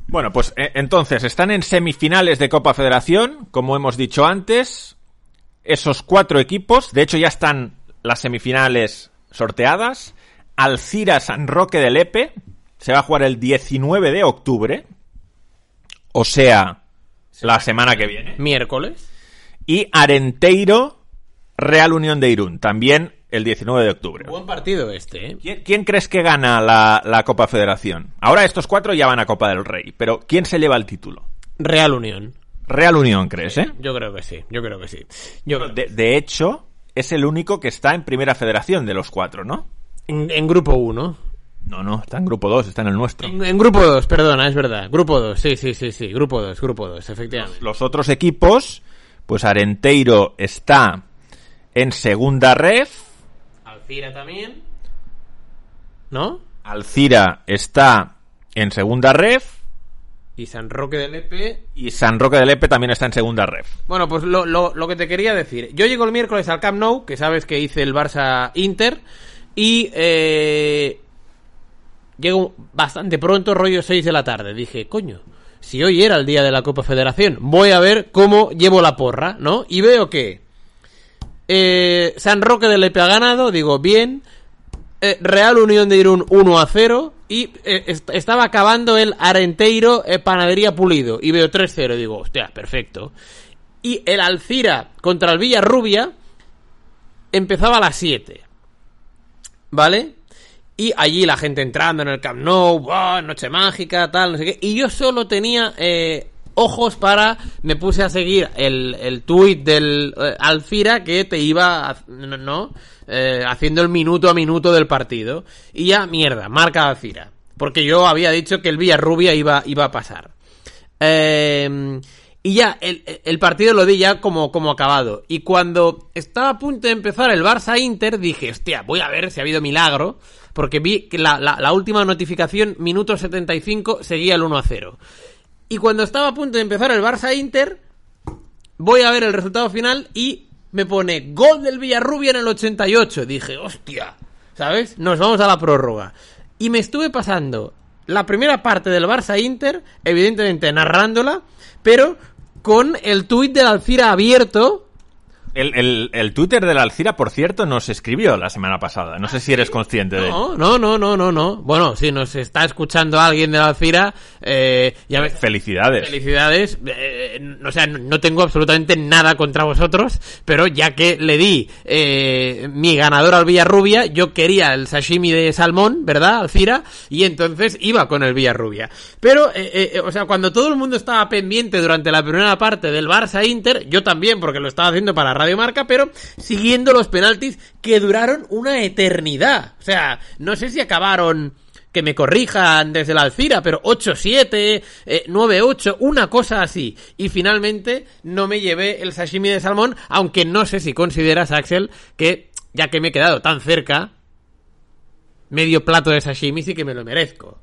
[SPEAKER 1] Bueno, pues eh, entonces están en semifinales de Copa Federación, como hemos dicho antes. Esos cuatro equipos, de hecho ya están las semifinales sorteadas. Alcira San Roque del Epe se va a jugar el 19 de octubre, o sea, la semana que viene.
[SPEAKER 2] Miércoles.
[SPEAKER 1] Y Arenteiro Real Unión de Irún, también el 19 de octubre.
[SPEAKER 2] Buen partido este, ¿eh?
[SPEAKER 1] ¿Quién, quién crees que gana la, la Copa Federación? Ahora estos cuatro ya van a Copa del Rey, pero ¿quién se lleva el título?
[SPEAKER 2] Real Unión.
[SPEAKER 1] Real Unión, ¿crees, eh?
[SPEAKER 2] Yo creo que sí, yo creo que sí. Yo creo-
[SPEAKER 1] De, de hecho, es el único que está en primera federación de los cuatro, ¿no?
[SPEAKER 2] en, en grupo 1.
[SPEAKER 1] No, no, está en grupo 2, está en el nuestro.
[SPEAKER 2] En, en grupo 2, perdona, es verdad. Grupo 2, sí, sí, sí, sí. Grupo 2, grupo 2, efectivamente.
[SPEAKER 1] Los otros equipos, pues Arenteiro está en segunda ref,
[SPEAKER 2] Alcira también. ¿No?
[SPEAKER 1] Alcira está en segunda ref
[SPEAKER 2] Y San Roque del Epe.
[SPEAKER 1] y San Roque del Epe también está en segunda ref.
[SPEAKER 2] Bueno, pues lo, lo- lo que te quería decir. Yo llego el miércoles al Camp Nou, que sabes que hice el Barça Inter. Y eh, llego bastante pronto, rollo 6 de la tarde. Dije, coño, si hoy era el día de la Copa Federación, voy a ver cómo llevo la porra, ¿no? Y veo que eh, San Roque del Epe ha ganado, digo, bien. Eh, Real Unión de Irún 1 a 0. Y eh, est- estaba acabando el Arenteiro eh, Panadería Pulido. Y veo 3-0. Digo, hostia, perfecto. Y el Alcira contra el Villarrubia empezaba a las 7. ¿Vale? Y allí la gente entrando en el Camp Nou, ¡buah! noche mágica, tal, no sé qué. Y yo solo tenía eh, ojos para... Me puse a seguir el, el tuit del eh, Alcira que te iba, a- no, no, eh, haciendo el minuto a minuto del partido. Y ya, mierda, marca Alcira. Porque yo había dicho que el Villarrubia iba, iba a pasar. Eh, y ya, el, el partido lo di ya como, como acabado. Y cuando estaba a punto de empezar el Barça-Inter, dije, hostia, voy a ver si ha habido milagro. Porque vi que la, la- la última notificación, minuto 75, seguía el 1-0. Y cuando estaba a punto de empezar el Barça-Inter, voy a ver el resultado final y me pone gol del Villarrubia en el 88. Dije, hostia, ¿sabes? Nos vamos a la prórroga. Y me estuve pasando la primera parte del Barça-Inter, evidentemente narrándola, pero con el tuit del Alcira abierto.
[SPEAKER 1] El, el, el Twitter de la Alcira, por cierto, nos escribió la semana pasada. No sé si eres consciente de ello.
[SPEAKER 2] No, no, no, no, no, no. Bueno, si nos está escuchando alguien del Alcira, eh, ya ves...
[SPEAKER 1] Felicidades.
[SPEAKER 2] Felicidades. Eh, eh, o sea, no- no tengo absolutamente nada contra vosotros, pero ya que le di eh, mi ganador al Villarrubia, yo quería el sashimi de salmón, ¿verdad, Alcira? Y entonces iba con el Villarrubia. Pero, eh, eh, eh, o sea, cuando todo el mundo estaba pendiente durante la primera parte del Barça-Inter, yo también, porque lo estaba haciendo para Radio Marca, pero siguiendo los penaltis que duraron una eternidad. O sea, no sé si acabaron que me corrijan desde la Alcira, pero 8-7, eh, 9-8, una cosa así. Y finalmente no me llevé el sashimi de salmón, aunque no sé si consideras, Axel, que ya que me he quedado tan cerca, medio plato de sashimi sí que me lo merezco.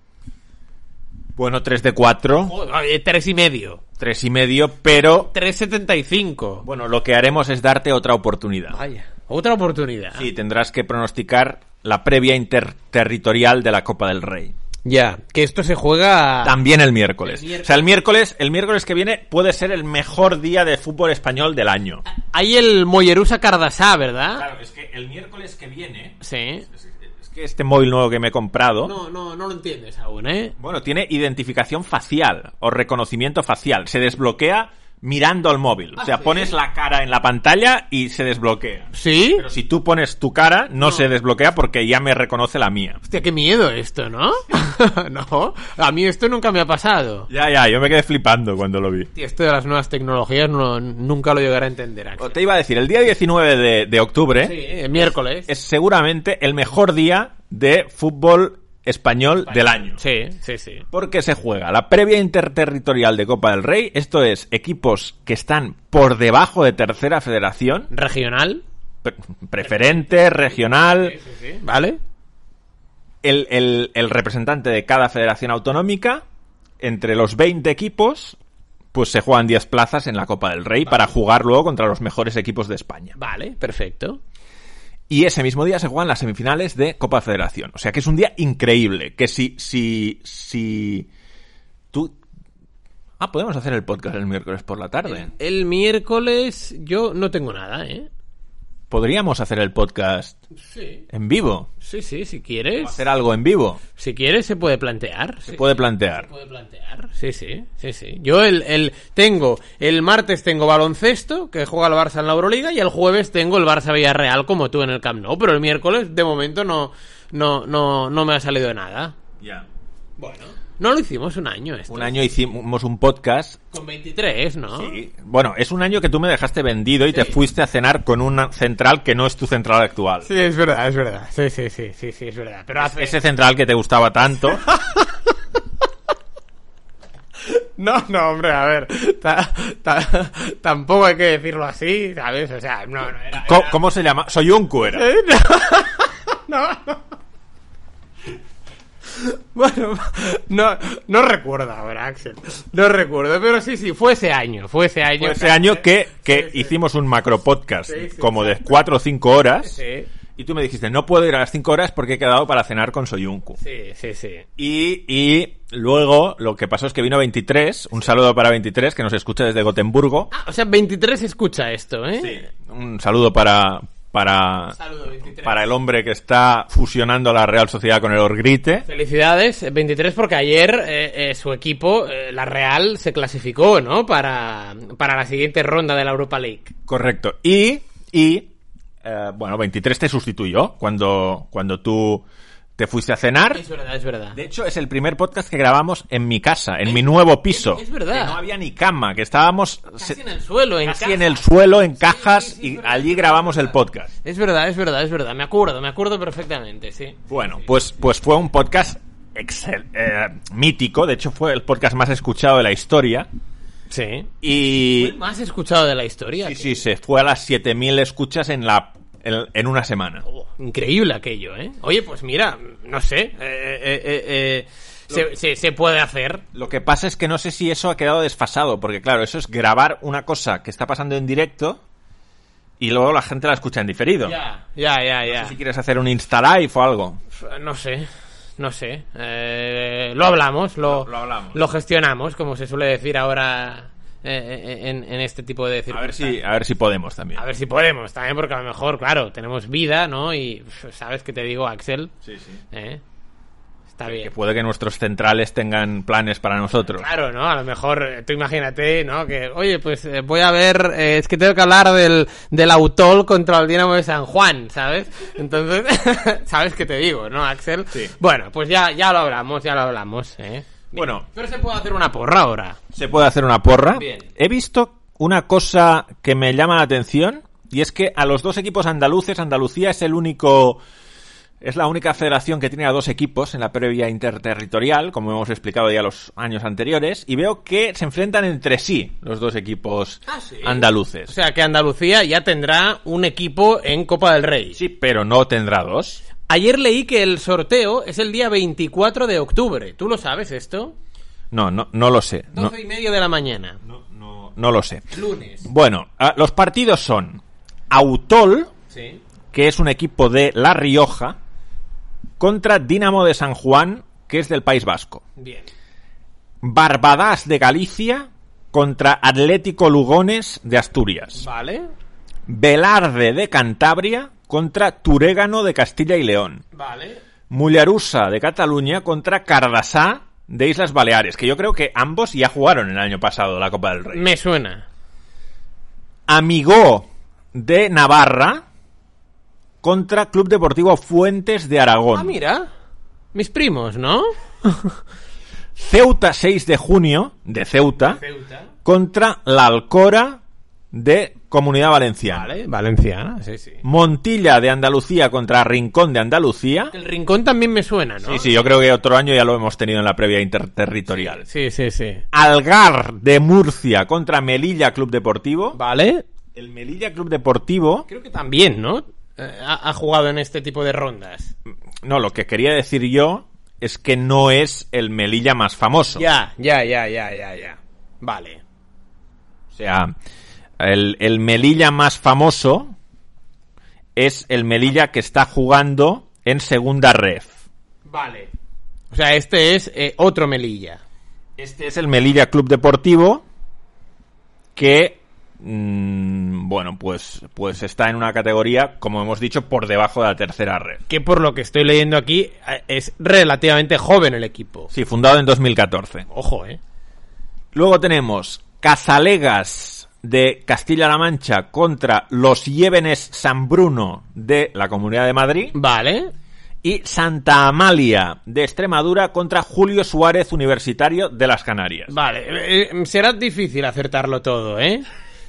[SPEAKER 1] Bueno, 3 de 4,
[SPEAKER 2] Joder, eh, tres y medio.
[SPEAKER 1] 3 y medio, pero
[SPEAKER 2] 3.75. Bueno,
[SPEAKER 1] bueno, lo que haremos es darte otra oportunidad.
[SPEAKER 2] vaya. Otra oportunidad.
[SPEAKER 1] Sí, tendrás que pronosticar la previa interterritorial de la Copa del Rey.
[SPEAKER 2] Ya, que esto se juega...
[SPEAKER 1] También el miércoles.
[SPEAKER 2] El miércoles.
[SPEAKER 1] O sea, el miércoles, el miércoles que viene puede ser el mejor día de fútbol español del año.
[SPEAKER 2] Hay el Mollerusa Cardasá, ¿verdad?
[SPEAKER 1] Claro, es que el miércoles que viene,
[SPEAKER 2] Sí.
[SPEAKER 1] es que este móvil nuevo que me he comprado,
[SPEAKER 2] No, no, no lo entiendes aún, ¿eh?
[SPEAKER 1] bueno, tiene identificación facial o reconocimiento facial. Se desbloquea mirando al móvil. O sea,
[SPEAKER 2] Ah, ¿sí?
[SPEAKER 1] pones la cara en la pantalla y se desbloquea.
[SPEAKER 2] ¿Sí?
[SPEAKER 1] Pero si tú pones tu cara, no, se desbloquea porque ya me reconoce la mía.
[SPEAKER 2] Hostia, qué miedo esto, ¿no? no, a mí esto nunca me ha pasado.
[SPEAKER 1] Ya, ya, yo me quedé flipando cuando lo vi.
[SPEAKER 2] Tío, esto de las nuevas tecnologías no- nunca lo llegaré a entender. Axel.
[SPEAKER 1] O Te iba a decir, el día 19 de, de octubre
[SPEAKER 2] Sí, eh, miércoles.
[SPEAKER 1] es seguramente el mejor día de fútbol español del año.
[SPEAKER 2] Sí, sí, sí.
[SPEAKER 1] Porque se juega la previa interterritorial de Copa del Rey, esto es, equipos que están por debajo de tercera federación,
[SPEAKER 2] Regional.
[SPEAKER 1] pre- preferente, regional,
[SPEAKER 2] ¿Vale?
[SPEAKER 1] el, el- el representante de cada federación autonómica, entre los 20 equipos, pues se juegan 10 plazas en la Copa del Rey para jugar luego contra los mejores equipos de España.
[SPEAKER 2] Vale, perfecto.
[SPEAKER 1] Y ese mismo día se juegan las semifinales de Copa Federación. O sea que es un día increíble. Que si. si. si. tú. Ah, podemos hacer el podcast el miércoles por la tarde.
[SPEAKER 2] El miércoles yo no tengo nada, ¿eh?
[SPEAKER 1] podríamos hacer el podcast
[SPEAKER 2] Sí,
[SPEAKER 1] en vivo.
[SPEAKER 2] sí, sí, si
[SPEAKER 1] O
[SPEAKER 2] quieres.
[SPEAKER 1] hacer algo en vivo.
[SPEAKER 2] Si quieres, se puede plantear.
[SPEAKER 1] Se
[SPEAKER 2] sí.
[SPEAKER 1] puede plantear.
[SPEAKER 2] puede plantear. Sí, sí, sí, sí. Yo el, el tengo, el martes tengo baloncesto, que juega el Barça en la Euroliga, y el jueves tengo el Barça Villarreal como tú en el Camp Nou, pero el miércoles de momento no, no, no, no me ha salido de nada.
[SPEAKER 1] Ya.
[SPEAKER 2] Bueno. No lo hicimos un año esto.
[SPEAKER 1] Un año hicimos un podcast.
[SPEAKER 2] Con 23, ¿no?
[SPEAKER 1] y, bueno, es un año que tú me dejaste vendido y te fuiste a cenar con una central que no es tu central actual.
[SPEAKER 2] Sí, es verdad, es verdad. Sí, sí, sí, sí, sí, es verdad. Pero hace...
[SPEAKER 1] Ese central que te gustaba tanto.
[SPEAKER 2] No, no, hombre, a ver. ta- ta- tampoco hay que decirlo así, ¿sabes? O sea, no, no era-
[SPEAKER 1] ¿Cómo, cómo se llama? Soy un cuera.
[SPEAKER 2] Eh, No, no. no. Bueno, no, no recuerdo ahora, Axel. No recuerdo, pero sí, sí, fue ese año. Fue ese año.
[SPEAKER 1] Ese año que, que
[SPEAKER 2] Sí, sí.
[SPEAKER 1] hicimos un macro podcast
[SPEAKER 2] Sí, sí,
[SPEAKER 1] como de 4 o 5 horas.
[SPEAKER 2] Sí,
[SPEAKER 1] Y tú me dijiste, no puedo ir a las 5 horas porque he quedado para cenar con Soyuncu.
[SPEAKER 2] sí, sí. sí.
[SPEAKER 1] Y, y luego lo que pasó es que vino 23, un saludo para 23, que nos escucha desde Gotemburgo.
[SPEAKER 2] Ah, o sea, 23 escucha esto, ¿eh?
[SPEAKER 1] Un saludo para, para,
[SPEAKER 2] Saludo, 23.
[SPEAKER 1] para el hombre que está fusionando la Real Sociedad con el Orgrite.
[SPEAKER 2] Felicidades, eh, 23, porque ayer eh, eh, su equipo, eh, la Real, se clasificó, ¿no? Para, para la siguiente ronda de la Europa League.
[SPEAKER 1] Correcto. Y, y eh, bueno, 23 te sustituyó cuando, cuando tú te fuiste a cenar.
[SPEAKER 2] Es verdad, es verdad.
[SPEAKER 1] De hecho, es el primer podcast que grabamos en mi casa, en mi nuevo piso.
[SPEAKER 2] es verdad.
[SPEAKER 1] Que no había ni cama, que estábamos
[SPEAKER 2] Casi
[SPEAKER 1] se-
[SPEAKER 2] en el suelo, en
[SPEAKER 1] casi
[SPEAKER 2] casa.
[SPEAKER 1] en el suelo, en cajas,
[SPEAKER 2] sí, sí, es
[SPEAKER 1] y
[SPEAKER 2] verdad,
[SPEAKER 1] allí
[SPEAKER 2] es
[SPEAKER 1] grabamos
[SPEAKER 2] verdad.
[SPEAKER 1] el podcast.
[SPEAKER 2] Es verdad, es verdad, es verdad. Me acuerdo, me acuerdo perfectamente, sí.
[SPEAKER 1] Bueno, pues, pues fue un podcast excel- eh, mítico, de hecho fue el podcast más escuchado de la historia.
[SPEAKER 2] Sí.
[SPEAKER 1] Y
[SPEAKER 2] El más escuchado de la historia.
[SPEAKER 1] sí,
[SPEAKER 2] que-
[SPEAKER 1] sí, se fue a las 7.000 escuchas en, la, en, en una semana.
[SPEAKER 2] Oh, increíble aquello, ¿eh? Oye, pues mira, no sé. eh, eh, eh, eh, se, se- se puede hacer.
[SPEAKER 1] Lo que pasa es que no sé si eso ha quedado desfasado, porque claro, eso es grabar una cosa que está pasando en directo y luego la gente la escucha en diferido.
[SPEAKER 2] Ya, ya, ya,
[SPEAKER 1] No
[SPEAKER 2] ya.
[SPEAKER 1] sé si quieres hacer un Insta Live o algo.
[SPEAKER 2] Pf, No sé, no sé. Eh, lo hablamos, lo,
[SPEAKER 1] Lo- lo hablamos.
[SPEAKER 2] lo gestionamos, como se suele decir ahora eh, eh, en, en este tipo de
[SPEAKER 1] A ver
[SPEAKER 2] circunstancias.
[SPEAKER 1] si, a ver si podemos también.
[SPEAKER 2] A ver si podemos, también porque a lo mejor, claro, tenemos vida, ¿no? Y pf, sabes que te digo, Axel,
[SPEAKER 1] Sí, sí.
[SPEAKER 2] ¿eh? Está
[SPEAKER 1] Que
[SPEAKER 2] bien.
[SPEAKER 1] puede que nuestros centrales tengan planes para nosotros.
[SPEAKER 2] Claro, ¿no? A lo mejor, eh, tú imagínate, ¿no? Que, oye, pues eh, voy a ver, eh, es que tengo que hablar del, del Autol contra el Dinamo de San Juan, ¿sabes? Entonces, ¿sabes qué te digo, no, Axel?
[SPEAKER 1] Sí.
[SPEAKER 2] Bueno, pues ya, ya lo hablamos, ya lo hablamos, ¿eh?
[SPEAKER 1] Bueno,
[SPEAKER 2] Pero se puede hacer una porra ahora.
[SPEAKER 1] se puede hacer una porra.
[SPEAKER 2] Bien.
[SPEAKER 1] He visto una cosa que me llama la atención y es que a los dos equipos andaluces, Andalucía es el único es la única federación que tiene a dos equipos en la previa interterritorial, como hemos explicado ya los años anteriores, y veo que se enfrentan entre sí los dos equipos
[SPEAKER 2] Ah, ¿sí?
[SPEAKER 1] andaluces.
[SPEAKER 2] O sea, que Andalucía ya tendrá un equipo en Copa del Rey.
[SPEAKER 1] sí, pero no tendrá dos.
[SPEAKER 2] Ayer leí que el sorteo es el día 24 de octubre. ¿Tú lo sabes esto?
[SPEAKER 1] No, no, no lo sé. No,
[SPEAKER 2] 12 y media de la mañana.
[SPEAKER 1] no lo sé.
[SPEAKER 2] Lunes.
[SPEAKER 1] Bueno, ah, los partidos son Autol,
[SPEAKER 2] Sí.
[SPEAKER 1] que es un equipo de La Rioja, contra Dinamo de San Juan, que es del País Vasco.
[SPEAKER 2] Bien.
[SPEAKER 1] Barbadas de Galicia contra Atlético Lugones de Asturias.
[SPEAKER 2] Vale.
[SPEAKER 1] Velarde de Cantabria contra Turégano de Castilla y León.
[SPEAKER 2] Vale.
[SPEAKER 1] Mullarusa de Cataluña contra Cardasá de Islas Baleares, que yo creo que ambos ya jugaron el año pasado la Copa del Rey.
[SPEAKER 2] Me suena.
[SPEAKER 1] Amigó de Navarra contra Club Deportivo Fuentes de Aragón.
[SPEAKER 2] Ah, mira. Mis primos, ¿no?
[SPEAKER 1] Ceuta 6 de junio de Ceuta contra la Alcora de Comunidad Valenciana.
[SPEAKER 2] Vale, valenciana, sí, sí.
[SPEAKER 1] Montilla de Andalucía contra Rincón de Andalucía.
[SPEAKER 2] El rincón también me suena, ¿no?
[SPEAKER 1] Sí, sí, yo creo que otro año ya lo hemos tenido en la previa interterritorial.
[SPEAKER 2] Sí, sí, sí.
[SPEAKER 1] Algar de Murcia contra Melilla Club Deportivo.
[SPEAKER 2] Vale.
[SPEAKER 1] El Melilla Club Deportivo,
[SPEAKER 2] Creo que también, ¿no? Eh, ha, ha jugado en este tipo de rondas.
[SPEAKER 1] no, lo que quería decir yo es que no es el Melilla más famoso.
[SPEAKER 2] Ya, ya, ya, ya, ya, ya. Vale.
[SPEAKER 1] O sea, el, el Melilla más famoso es el Melilla que está jugando en segunda ref.
[SPEAKER 2] Vale. O sea, este es eh, otro Melilla.
[SPEAKER 1] Este es el Melilla Club Deportivo que mm, bueno, pues, pues está en una categoría, como hemos dicho, por debajo de la tercera red.
[SPEAKER 2] Que por lo que estoy leyendo aquí eh, es relativamente joven el equipo.
[SPEAKER 1] Sí, fundado en 2014.
[SPEAKER 2] Ojo, ¿eh?
[SPEAKER 1] Luego tenemos Casalegas de Castilla-La Mancha contra los Llévenes San Bruno de la Comunidad de Madrid
[SPEAKER 2] Vale.
[SPEAKER 1] y Santa Amalia de Extremadura contra Julio Suárez Universitario de las Canarias.
[SPEAKER 2] Vale, eh, eh, será difícil acertarlo todo, ¿eh?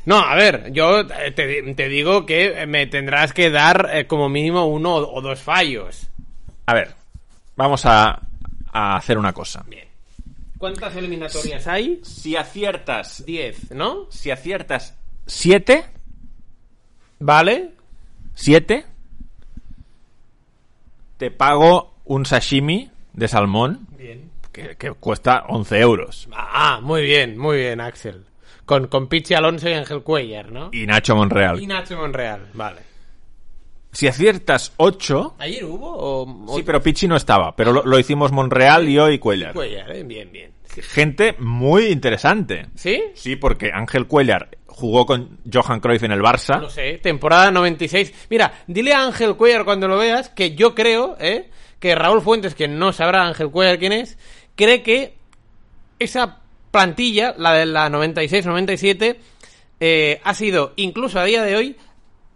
[SPEAKER 2] No, a ver, yo eh, te, di- te digo que me tendrás que dar eh, como mínimo uno o o dos fallos.
[SPEAKER 1] A ver, vamos a, a hacer una cosa.
[SPEAKER 2] ¿Cuántas eliminatorias hay?
[SPEAKER 1] Si aciertas,
[SPEAKER 2] Diez, ¿no?
[SPEAKER 1] si aciertas 7,
[SPEAKER 2] Vale.
[SPEAKER 1] 7, te pago un sashimi de salmón
[SPEAKER 2] Bien.
[SPEAKER 1] que, que cuesta 11 euros.
[SPEAKER 2] Ah, muy bien, muy bien, Axel. Con, con Pichi Alonso y Ángel Cuellar, ¿no?
[SPEAKER 1] Y Nacho Monreal.
[SPEAKER 2] Y Nacho Monreal, vale.
[SPEAKER 1] Si aciertas 8,
[SPEAKER 2] ¿Ayer hubo o...? o-
[SPEAKER 1] sí, pero Pichi no estaba, pero lo, lo hicimos Monreal y hoy Cuellar.
[SPEAKER 2] Cuellar, ¿eh? Bien, bien.
[SPEAKER 1] Gente muy interesante.
[SPEAKER 2] ¿Sí?
[SPEAKER 1] Sí, porque Ángel Cuellar jugó con Johan Cruyff en el Barça.
[SPEAKER 2] Ah, No sé, temporada 96. Mira, dile a Ángel Cuellar cuando lo veas que yo creo, ¿eh? Que Raúl Fuentes, que no sabrá Ángel Cuellar quién es, cree que esa plantilla, la de la 96-97, eh, ha sido, incluso a día de hoy,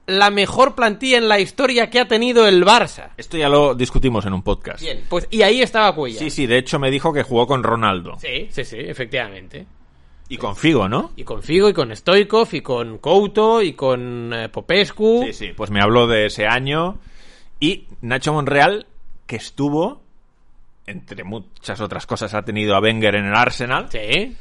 [SPEAKER 2] la mejor plantilla en la historia que ha tenido el Barça.
[SPEAKER 1] Esto ya lo discutimos en un podcast.
[SPEAKER 2] Bien, pues y ahí estaba Cuellar.
[SPEAKER 1] Sí, sí, de hecho me dijo que jugó con Ronaldo.
[SPEAKER 2] sí, sí, sí, efectivamente.
[SPEAKER 1] Y con Figo, ¿no?
[SPEAKER 2] Y con Figo, y con Stoikov, y con Couto, y con eh, Popescu.
[SPEAKER 1] Sí, sí, pues me habló de ese año. Y Nacho Monreal, que estuvo, entre muchas otras cosas, ha tenido a Wenger en el Arsenal.
[SPEAKER 2] Sí.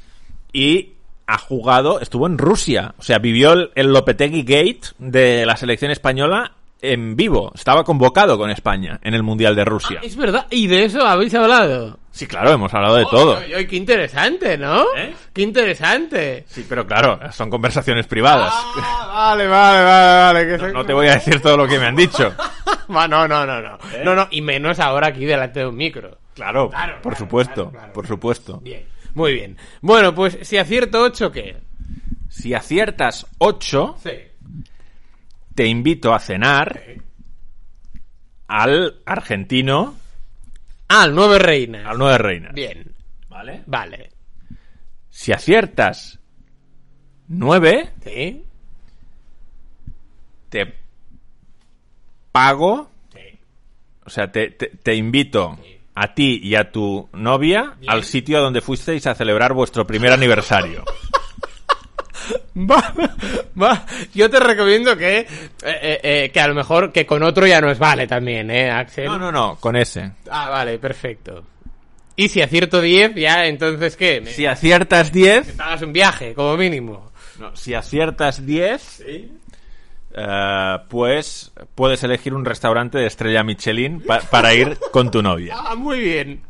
[SPEAKER 1] Y ha jugado, estuvo en Rusia. O sea, vivió el, el Lopetegui Gate de la selección española en vivo. Estaba convocado con España en el Mundial de Rusia.
[SPEAKER 2] Ah, es verdad, y de eso habéis hablado.
[SPEAKER 1] Sí, claro, hemos hablado de todo.
[SPEAKER 2] Oy, oy, oy, qué interesante, ¿no?
[SPEAKER 1] ¿Eh?
[SPEAKER 2] Qué interesante.
[SPEAKER 1] Sí, pero claro, son conversaciones privadas.
[SPEAKER 2] Ah, vale, vale, vale, vale.
[SPEAKER 1] No, no te voy a decir todo lo que me han dicho.
[SPEAKER 2] no, no, no, no. No, no, y menos ahora aquí delante de un micro.
[SPEAKER 1] Claro,
[SPEAKER 2] Claro,
[SPEAKER 1] por
[SPEAKER 2] claro,
[SPEAKER 1] supuesto,
[SPEAKER 2] claro, claro.
[SPEAKER 1] por supuesto.
[SPEAKER 2] Bien. Muy bien. Bueno, pues si acierto 8, ¿qué?
[SPEAKER 1] Si aciertas 8,
[SPEAKER 2] Sí.
[SPEAKER 1] te invito a cenar
[SPEAKER 2] Sí.
[SPEAKER 1] al argentino,
[SPEAKER 2] Ah, el 9 reina.
[SPEAKER 1] al 9 Reina.
[SPEAKER 2] Bien.
[SPEAKER 1] ¿Vale?
[SPEAKER 2] Vale.
[SPEAKER 1] Si aciertas 9,
[SPEAKER 2] Sí.
[SPEAKER 1] te pago,
[SPEAKER 2] Sí.
[SPEAKER 1] o sea, te, te- te invito a ti y a tu novia
[SPEAKER 2] Bien.
[SPEAKER 1] al sitio a donde fuisteis a celebrar vuestro primer aniversario.
[SPEAKER 2] Va, va. Yo te recomiendo que, eh, eh, eh, que a lo mejor que con otro ya no es vale también, ¿eh, Axel?
[SPEAKER 1] No, no, no, con ese.
[SPEAKER 2] Ah, vale, perfecto. Y si acierto 10, ya, entonces, ¿qué? Me
[SPEAKER 1] Si aciertas 10,
[SPEAKER 2] pagas un viaje, como mínimo.
[SPEAKER 1] no, si aciertas 10, eh, pues puedes elegir un restaurante de estrella Michelin pa- para ir con tu novia.
[SPEAKER 2] Ah, muy bien.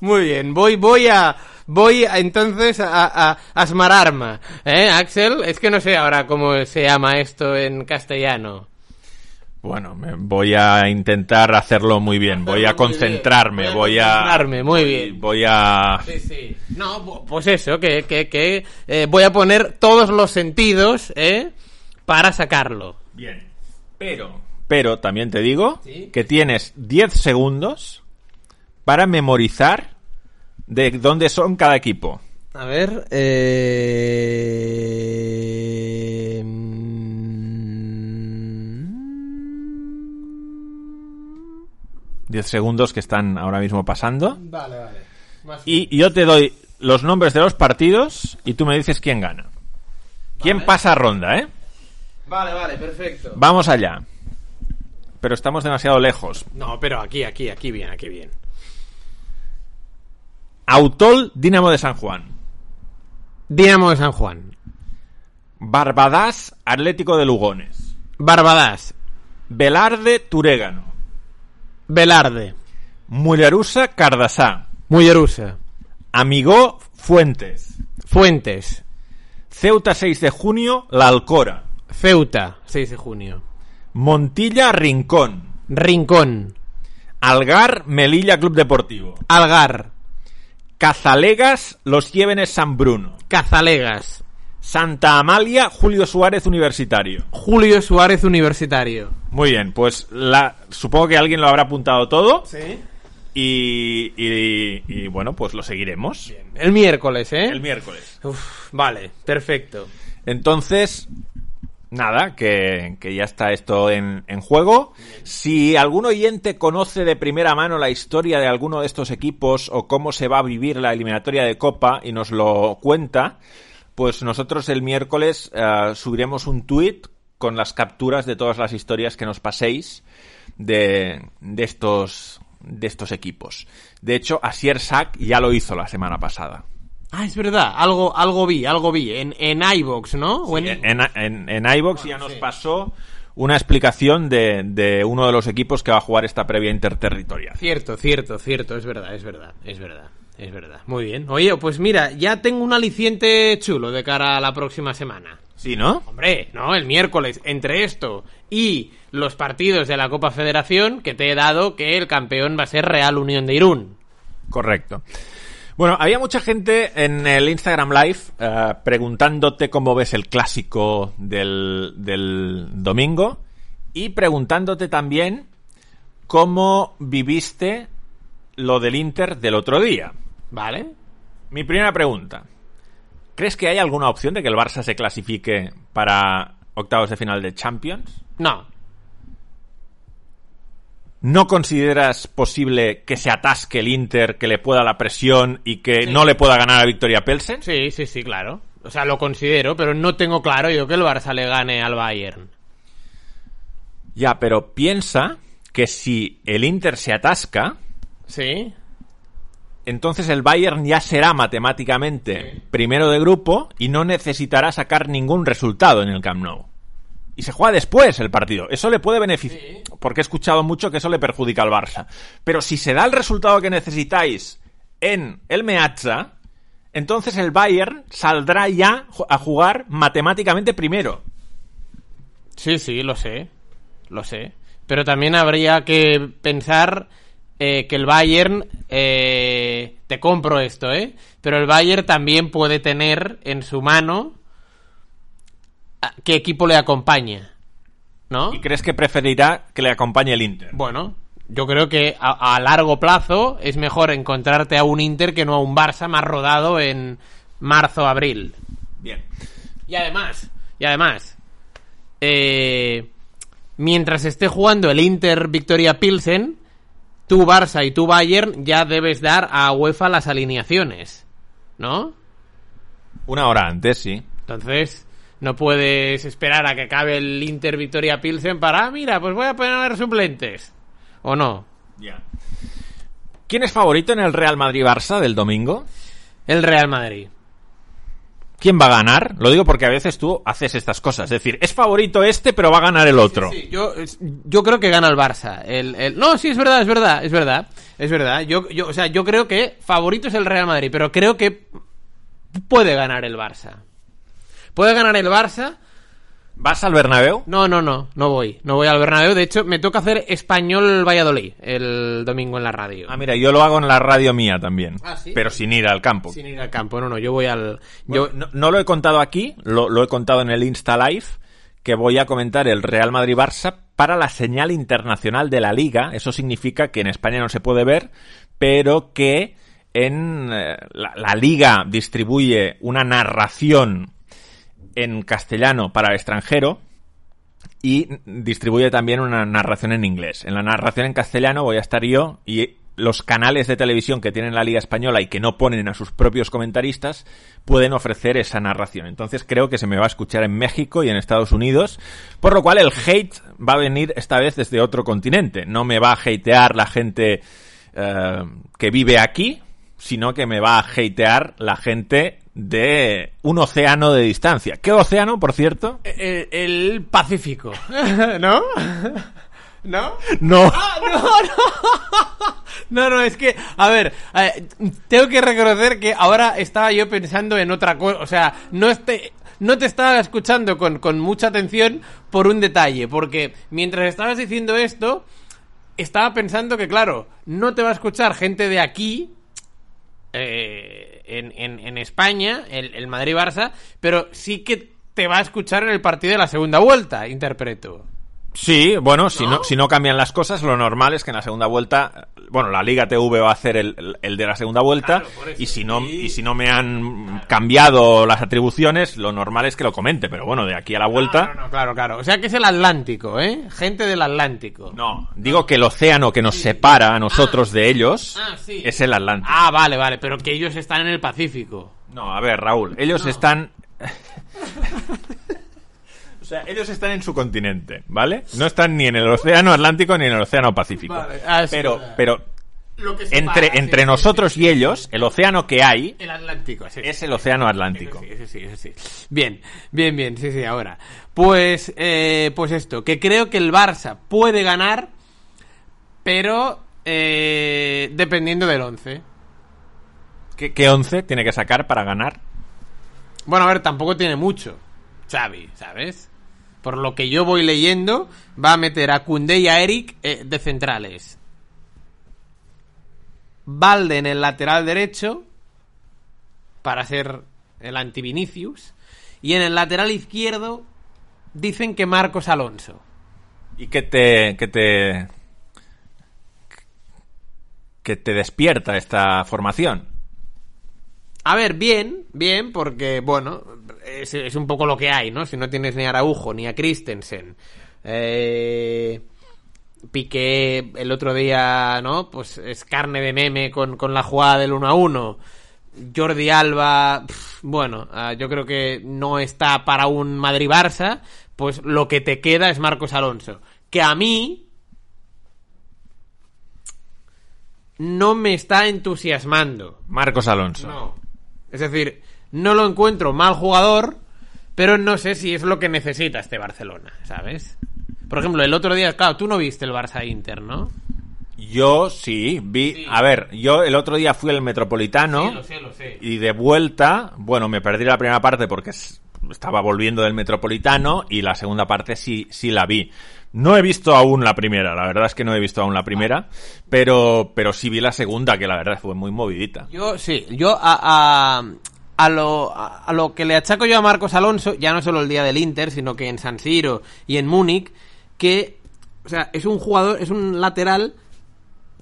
[SPEAKER 2] Muy bien. Voy, voy a... Voy a- entonces a, a, a esmararme, ¿eh, Axel? Es que no sé ahora cómo se llama esto en castellano.
[SPEAKER 1] Bueno, me- voy a intentar hacerlo muy bien, voy a
[SPEAKER 2] Hacerlo muy bien.
[SPEAKER 1] concentrarme, voy a...
[SPEAKER 2] concentrarme, muy bien.
[SPEAKER 1] Voy a...
[SPEAKER 2] Sí, sí. No, bu- pues eso, que, que, que eh, voy a poner todos los sentidos, ¿eh? Para sacarlo.
[SPEAKER 1] Bien, pero... Pero también te digo
[SPEAKER 2] Sí.
[SPEAKER 1] que tienes 10 segundos para memorizar de dónde son cada equipo.
[SPEAKER 2] A ver, eh... mm,
[SPEAKER 1] 10 segundos que están ahora mismo pasando.
[SPEAKER 2] Vale, vale. Más
[SPEAKER 1] Y yo te doy los nombres de los partidos y tú me dices quién gana. ¿Quién
[SPEAKER 2] Vale.
[SPEAKER 1] pasa ronda, eh?
[SPEAKER 2] Vale, vale, perfecto.
[SPEAKER 1] Vamos allá. Pero estamos demasiado lejos.
[SPEAKER 2] No, pero aquí, aquí, aquí bien, aquí bien.
[SPEAKER 1] Autol, Dinamo de San Juan.
[SPEAKER 2] Dinamo de San Juan.
[SPEAKER 1] Barbadás, Atlético de Lugones.
[SPEAKER 2] Barbadás.
[SPEAKER 1] Velarde, Turégano.
[SPEAKER 2] Velarde.
[SPEAKER 1] Mollerussa, Cardasá.
[SPEAKER 2] Mullerusa.
[SPEAKER 1] Amigó, Fuentes.
[SPEAKER 2] Fuentes.
[SPEAKER 1] Ceuta, 6 de junio, La Alcora.
[SPEAKER 2] Ceuta. 6 de junio.
[SPEAKER 1] Montilla, Rincón.
[SPEAKER 2] Rincón.
[SPEAKER 1] Algar, Melilla Club Deportivo.
[SPEAKER 2] Algar.
[SPEAKER 1] Cazalegas, Los Llévenes, San Bruno.
[SPEAKER 2] Cazalegas.
[SPEAKER 1] Santa Amalia, Julio Suárez Universitario.
[SPEAKER 2] Julio Suárez Universitario.
[SPEAKER 1] Muy bien, pues la, supongo que alguien lo habrá apuntado todo
[SPEAKER 2] Sí.
[SPEAKER 1] y, y- y, bueno, pues lo seguiremos
[SPEAKER 2] El miércoles, ¿eh?
[SPEAKER 1] el miércoles.
[SPEAKER 2] Uf, vale, perfecto.
[SPEAKER 1] Entonces, nada, que, que ya está esto en, en juego. Si algún oyente conoce de primera mano la historia de alguno de estos equipos o cómo se va a vivir la eliminatoria de Copa y nos lo cuenta, pues nosotros el miércoles eh, subiremos un tuit con las capturas de todas las historias que nos paséis de, de estos de estos equipos. De hecho, Asier Sack ya lo hizo la semana pasada.
[SPEAKER 2] Ah, es verdad, algo, algo vi, algo vi, en, en iVox, ¿no? O en-
[SPEAKER 1] en, en, en iVox ya nos pasó una explicación de, de uno de los equipos que va a jugar esta previa interterritorial.
[SPEAKER 2] Cierto, cierto, cierto, es verdad, es verdad, es verdad, es verdad. Muy bien. Oye, pues mira, ya tengo un aliciente chulo de cara a la próxima semana.
[SPEAKER 1] Sí, ¿no?
[SPEAKER 2] Hombre, no, el miércoles, entre esto y los partidos de la Copa Federación, que te he dado que el campeón va a ser Real Unión de Irún.
[SPEAKER 1] Correcto. Bueno, había mucha gente en el Instagram Live eh, preguntándote cómo ves el clásico del, del domingo y preguntándote también cómo viviste lo del Inter del otro día.
[SPEAKER 2] ¿Vale?
[SPEAKER 1] Mi primera pregunta. ¿Crees que hay alguna opción de que el Barça se clasifique para octavos de final de Champions?
[SPEAKER 2] No,
[SPEAKER 1] ¿No consideras posible que se atasque el Inter, que le pueda la presión y que
[SPEAKER 2] Sí.
[SPEAKER 1] no le pueda ganar a Victoria Pelsen?
[SPEAKER 2] sí, sí, sí, claro. O sea, lo considero, pero no tengo claro yo que el Barça le gane al Bayern.
[SPEAKER 1] Ya, pero piensa que si el Inter se atasca,
[SPEAKER 2] ¿Sí?
[SPEAKER 1] entonces el Bayern ya será matemáticamente primero de grupo y no necesitará sacar ningún resultado en el Camp Nou. Y se juega después el partido. Eso le puede beneficiar. Porque he escuchado mucho que eso le perjudica al Barça. Pero si se da el resultado que necesitáis en el Meazza, entonces el Bayern saldrá ya ju- a jugar matemáticamente primero.
[SPEAKER 2] Sí, sí, lo sé. Lo sé. Pero también habría que pensar eh, que el Bayern. eh, te compro esto, ¿eh? Pero el Bayern también puede tener en su mano a- qué equipo le acompaña. ¿No?
[SPEAKER 1] ¿Y crees que preferirá que le acompañe el Inter?
[SPEAKER 2] Bueno, yo creo que a, a largo plazo es mejor encontrarte a un Inter que no a un Barça más rodado en marzo-abril.
[SPEAKER 1] Bien.
[SPEAKER 2] Y además, y además, eh, mientras esté jugando el Inter Victoria Pilsen, tu Barça y tu Bayern ya debes dar a UEFA las alineaciones, ¿no?
[SPEAKER 1] Una hora antes, sí.
[SPEAKER 2] Entonces, no puedes esperar a que acabe el Inter Victoria Pilsen para, "Ah, mira, pues voy a poner suplentes. ¿O no?
[SPEAKER 1] ¿Quién es favorito en el Real Madrid-Barça del domingo?
[SPEAKER 2] El Real Madrid.
[SPEAKER 1] ¿Quién va a ganar? Lo digo porque a veces tú haces estas cosas. Es decir, es favorito este, pero va a ganar el otro.
[SPEAKER 2] Sí, yo, es- yo creo que gana el Barça. El, el- No, sí, es verdad, es verdad, es verdad. Es verdad. Yo, yo, o sea, yo creo que favorito es el Real Madrid, pero creo que puede ganar el Barça. ¿Puede ganar el Barça?
[SPEAKER 1] ¿Vas al Bernabéu?
[SPEAKER 2] No, no, no, no voy. No voy al Bernabéu. De hecho, me toca hacer español Valladolid el domingo en la radio.
[SPEAKER 1] Ah, mira, yo lo hago en la radio mía también.
[SPEAKER 2] Ah, ¿sí?
[SPEAKER 1] Pero sin ir al campo.
[SPEAKER 2] Sin ir al campo, no, no, yo voy al...
[SPEAKER 1] Yo no, no lo he contado aquí, lo, lo he contado en el Insta Live, que voy a comentar el Real Madrid-Barça para la señal internacional de la liga. Eso significa que en España no se puede ver, pero que en eh, la, la liga distribuye una narración en castellano para el extranjero y distribuye también una narración en inglés. En la narración en castellano voy a estar yo y los canales de televisión que tienen la Liga Española y que no ponen a sus propios comentaristas pueden ofrecer esa narración. Entonces creo que se me va a escuchar en México y en Estados Unidos, por lo cual el hate va a venir esta vez desde otro continente. No me va a hatear la gente eh, que vive aquí, sino que me va a hatear la gente de un océano de distancia. ¿Qué océano, por cierto?
[SPEAKER 2] El, el Pacífico. ¿No? ¿No? Ah,
[SPEAKER 1] No.
[SPEAKER 2] no, no. No, no, es que, a ver, eh, tengo que reconocer que ahora estaba yo pensando en otra cosa. O sea, no este- No te estaba escuchando con, con mucha atención por un detalle, porque mientras estabas diciendo esto, estaba pensando que, claro, no te va a escuchar gente de aquí, eh, en, en- en España, el, el Madrid-Barça, pero sí que te va a escuchar en el partido de la segunda vuelta, interpreto.
[SPEAKER 1] Sí, bueno, si no, si no cambian las cosas, lo normal es que en la segunda vuelta, bueno, la Liga TV va a hacer el, el- el de la segunda vuelta
[SPEAKER 2] Claro, por eso,
[SPEAKER 1] y si no
[SPEAKER 2] sí.
[SPEAKER 1] y si no me han cambiado las atribuciones, lo normal es que lo comente, pero bueno, de aquí a la vuelta,
[SPEAKER 2] No, no, claro, claro. O sea que es el Atlántico, ¿eh? Gente del Atlántico.
[SPEAKER 1] no, digo que el océano que nos separa a nosotros de ellos
[SPEAKER 2] Ah, sí.
[SPEAKER 1] es el Atlántico.
[SPEAKER 2] Ah, vale, vale, pero que ellos están en el Pacífico.
[SPEAKER 1] No, a ver, Raúl, ellos están. o sea, ellos están en su continente, ¿vale? No están ni en el Océano Atlántico ni en el Océano Pacífico.
[SPEAKER 2] Vale, ah, sí,
[SPEAKER 1] pero,
[SPEAKER 2] vale.
[SPEAKER 1] pero entre, entre nosotros y ellos, el océano que hay
[SPEAKER 2] El Atlántico, sí.
[SPEAKER 1] es el Océano Atlántico.
[SPEAKER 2] Sí, sí, sí, sí, sí. Bien, bien, bien, sí, sí, ahora. Pues, eh, pues esto, que creo que el Barça puede ganar, pero eh, dependiendo del 11.
[SPEAKER 1] ¿Qué, ¿Qué once tiene que sacar para ganar?
[SPEAKER 2] Bueno, a ver, tampoco tiene mucho, Xavi, ¿sabes? Por lo que yo voy leyendo, va a meter a Koundé y a Eric eh, de centrales. Valde en el lateral derecho para ser el anti-Vinicius. Y en el lateral izquierdo dicen que Marcos Alonso.
[SPEAKER 1] ¿Y qué te, qué te. que te despierta esta formación?
[SPEAKER 2] A ver, bien, bien, porque, bueno, es, es un poco lo que hay, ¿no? Si no tienes ni a Araujo, ni a Christensen, eh, Piqué el otro día, ¿no? Pues es carne de meme con, con la jugada del 1 a 1. Jordi Alba, pf, bueno, ah, yo creo que no está para un Madrid-Barça, pues lo que te queda es Marcos Alonso. Que a mí, no me está entusiasmando.
[SPEAKER 1] Marcos Alonso.
[SPEAKER 2] No. Es decir, no lo encuentro mal jugador, pero no sé si es lo que necesita este Barcelona, ¿sabes? Por ejemplo, el otro día, claro, tú no viste el Barça Inter, ¿no?
[SPEAKER 1] Yo sí, vi.
[SPEAKER 2] Sí.
[SPEAKER 1] A ver, yo el otro día fui al Metropolitano.
[SPEAKER 2] lo sé.
[SPEAKER 1] Y de vuelta, bueno, me perdí la primera parte porque es- estaba volviendo del Metropolitano y la segunda parte sí, sí la vi. No he visto aún la primera, la verdad es que no he visto aún la primera, pero, pero sí vi la segunda, que la verdad fue muy movidita.
[SPEAKER 2] Yo sí, yo a, a, a lo, a, a lo que le achaco yo a Marcos Alonso, ya no solo el día del Inter, sino que en San Siro y en Múnich, que, o sea, es un jugador, es un lateral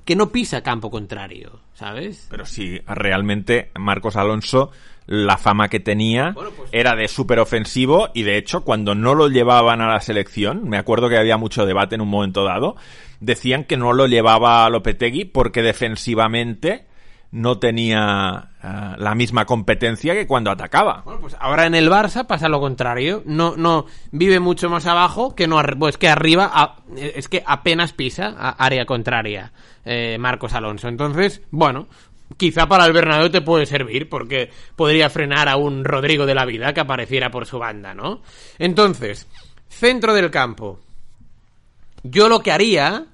[SPEAKER 2] que no pisa campo contrario, ¿sabes?
[SPEAKER 1] Pero sí, realmente Marcos Alonso, la fama que tenía
[SPEAKER 2] Bueno, pues-
[SPEAKER 1] era de súper ofensivo y de hecho cuando no lo llevaban a la selección, me acuerdo que había mucho debate en un momento dado, decían que no lo llevaba a Lopetegui porque defensivamente no tenía ah, la misma competencia que cuando atacaba.
[SPEAKER 2] Bueno, pues ahora en el Barça pasa lo contrario. No, no vive mucho más abajo que no, ar- pues que arriba a- es que apenas pisa a área contraria eh, Marcos Alonso. Entonces, bueno, quizá para el Bernabéu te puede servir porque podría frenar a un Rodrigo de la vida que apareciera por su banda, ¿no? Entonces, centro del campo. Yo lo que haría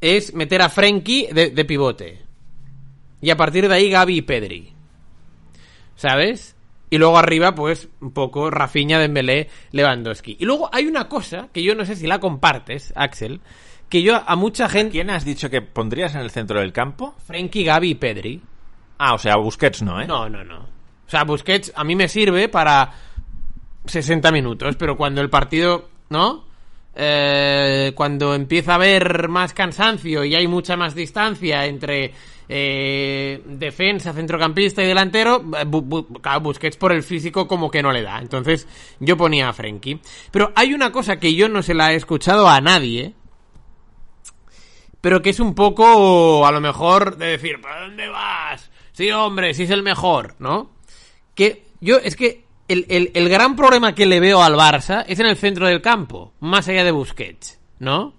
[SPEAKER 2] es meter a Frenkie de, de pivote. Y a partir de ahí Gaby y Pedri. ¿sabes? Y luego arriba, pues, un poco Rafinha, Dembélé, Lewandowski. Y luego hay una cosa que yo no sé si la compartes, Axel, que yo a mucha gente...
[SPEAKER 1] ¿Quién has dicho que pondrías en el centro del campo?
[SPEAKER 2] Frenkie, Gaby y Pedri.
[SPEAKER 1] Ah, o sea, Busquets no, ¿eh?
[SPEAKER 2] No, no, no. O sea, Busquets a mí me sirve para 60 minutos, pero cuando el partido, ¿no? Eh, cuando empieza a haber más cansancio y hay mucha más distancia entre eh, defensa, centrocampista y delantero, eh, Bu- Bu- claro, Busquets por el físico como que no le da. Entonces yo ponía a Frenkie. Pero hay una cosa que yo no se la he escuchado a nadie, pero que es un poco, a lo mejor, de decir, ¿para dónde vas? Sí, hombre, sí es el mejor, ¿no? Que yo, es que el, el- el gran problema que le veo al Barça es en el centro del campo, más allá de Busquets, ¿no?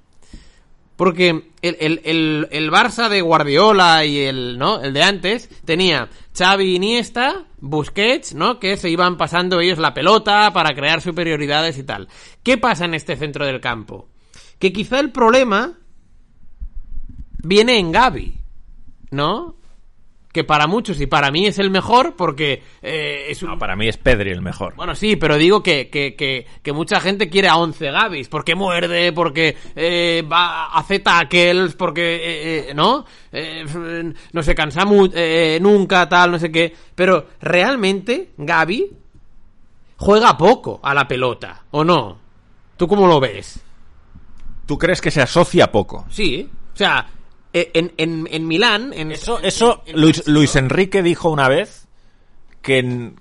[SPEAKER 2] Porque el, el- el- el Barça de Guardiola y el, ¿no? el de antes tenía Xavi Iniesta, Busquets, ¿no? que se iban pasando ellos la pelota para crear superioridades y tal. ¿Qué pasa en este centro del campo? Que quizá el problema viene en Gaby, ¿no? que para muchos y para mí es el mejor porque eh, es un...
[SPEAKER 1] No, para mí es Pedri el mejor.
[SPEAKER 2] Bueno, sí, pero digo que, que, que, que mucha gente quiere a 11 Gavis, porque muerde, porque eh, va hace tackles, porque, eh, eh, ¿no? Eh, f- no se cansa mu- eh, nunca, tal, no sé qué. Pero realmente Gavi juega poco a la pelota, ¿o no? ¿Tú cómo lo ves?
[SPEAKER 1] ¿Tú crees que se asocia poco?
[SPEAKER 2] Sí, o sea, eh, en, en, en Milán... En,
[SPEAKER 1] Eso, eso Luis, Luis Enrique dijo una vez que, en-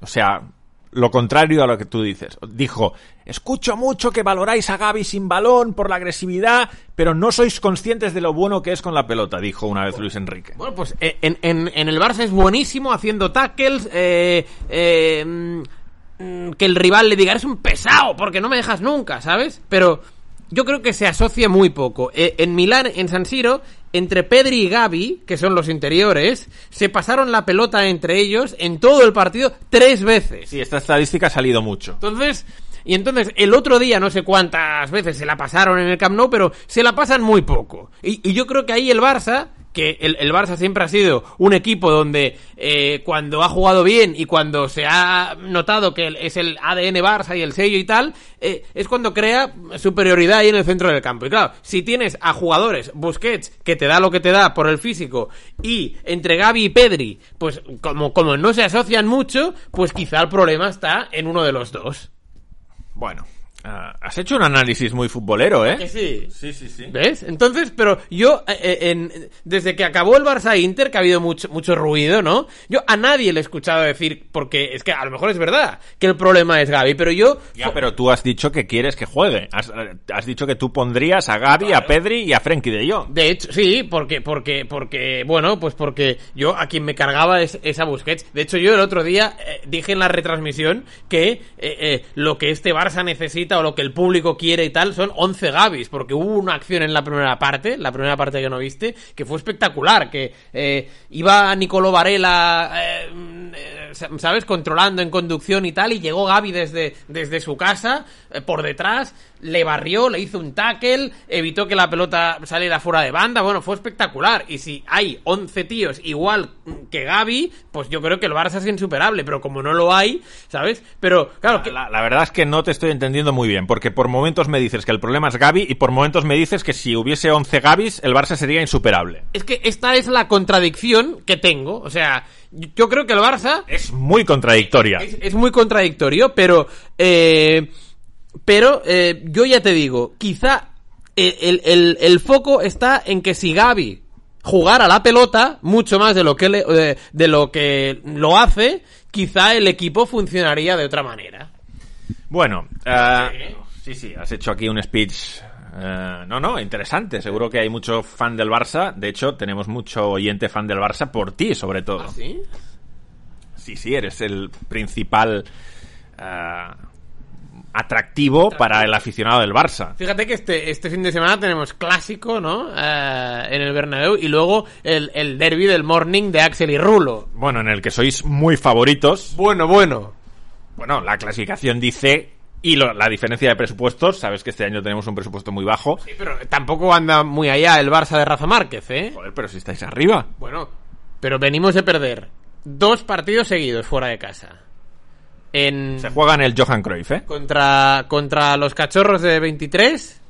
[SPEAKER 1] o sea, lo contrario a lo que tú dices. Dijo, escucho mucho que valoráis a Gaby sin balón por la agresividad, pero no sois conscientes de lo bueno que es con la pelota, dijo una vez Luis Enrique.
[SPEAKER 2] Bueno, pues eh, en, en- en el Barça es buenísimo haciendo tackles. eh, eh, mm, mm, que el rival le diga, eres un pesado, porque no me dejas nunca, ¿sabes? Pero yo creo que se asocia muy poco. Eh, en Milán, en San Siro, entre Pedri y Gaby, que son los interiores, se pasaron la pelota entre ellos en todo el partido tres veces.
[SPEAKER 1] Sí, esta estadística ha salido mucho.
[SPEAKER 2] Entonces, y entonces el otro día no sé cuántas veces se la pasaron en el Camp Nou, pero se la pasan muy poco. Y, y yo creo que ahí el Barça, que el, el Barça siempre ha sido un equipo donde eh, cuando ha jugado bien y cuando se ha notado que el- es el ADN Barça y el sello y tal, eh, es cuando crea superioridad ahí en el centro del campo. Y claro, si tienes a jugadores, Busquets, que te da lo que te da por el físico, y entre Gaby y Pedri, pues como, como no se asocian mucho, pues quizá el problema está en uno de los dos.
[SPEAKER 1] Bueno, ah, has hecho un análisis muy futbolero, ¿eh?
[SPEAKER 2] Que sí.
[SPEAKER 1] Sí, sí, sí.
[SPEAKER 2] ¿Ves? Entonces, pero yo, eh, eh, en- desde que acabó el Barça Inter, que ha habido mucho, mucho ruido, ¿no? Yo a nadie le he escuchado decir, porque es que a lo mejor es verdad que el problema es Gaby, pero yo.
[SPEAKER 1] Ya, pero tú has dicho que quieres que juegue. Has, has dicho que tú pondrías a Gaby, a Pedri y a Frenkie de Jong.
[SPEAKER 2] De hecho, sí, porque, porque, porque, bueno, pues porque yo a quien me cargaba es, es a Busquets. De hecho, yo el otro día eh, dije en la retransmisión que eh, eh, lo que este Barça necesita o lo que el público quiere y tal son 11 Gavis, porque hubo una acción en la primera parte, la primera parte que no viste, que fue espectacular, que eh, iba Nicolò Varela, eh, mm, eh, sa- ¿sabes? Controlando en conducción y tal, y llegó Gaby desde, desde su casa, eh, por detrás, le barrió, le hizo un tackle, evitó que la pelota saliera fuera de banda, bueno, fue espectacular. Y si hay 11 tíos igual que Gaby, pues yo creo que el Barça es insuperable, pero como no lo hay, ¿sabes? Pero, claro, que...
[SPEAKER 1] La, la verdad es que no te estoy entendiendo muy bien, porque por momentos me dices que el problema es Gaby y por momentos me dices que si hubiese 11 Gabys, el Barça sería insuperable.
[SPEAKER 2] Es que esta es la contradicción que tengo. O sea, yo creo que el Barça
[SPEAKER 1] Es muy contradictoria.
[SPEAKER 2] Es, es muy contradictorio, pero. eh, pero eh, yo ya te digo, quizá el, el- el- el foco está en que si Gaby jugara la pelota mucho más de lo que le- de, de lo que lo hace, quizá el equipo funcionaría de otra manera.
[SPEAKER 1] Bueno, eh, sí, sí, has hecho aquí un speech. eh, no, no, interesante. Seguro que hay mucho fan del Barça. De hecho, tenemos mucho oyente fan del Barça por ti, sobre todo.
[SPEAKER 2] Ah, ¿Sí?
[SPEAKER 1] Sí, sí, eres el principal ah, atractivo para el aficionado del Barça.
[SPEAKER 2] Fíjate que este, este fin de semana tenemos clásico, ¿no? Eh, en el Bernabéu y luego el, el derby del morning de Axel y Rulo.
[SPEAKER 1] Bueno, en el que sois muy favoritos.
[SPEAKER 2] Bueno, bueno.
[SPEAKER 1] Bueno, la clasificación dice... Y lo- la diferencia de presupuestos, sabes que este año tenemos un presupuesto muy bajo.
[SPEAKER 2] Sí, pero tampoco anda muy allá el Barça de Rafa Márquez, ¿eh?
[SPEAKER 1] Joder, pero si estáis arriba.
[SPEAKER 2] Bueno, pero venimos de perder dos partidos seguidos fuera de casa. En
[SPEAKER 1] Se juega en el Johan Cruyff, ¿eh?
[SPEAKER 2] contra contra los Cachorros de 23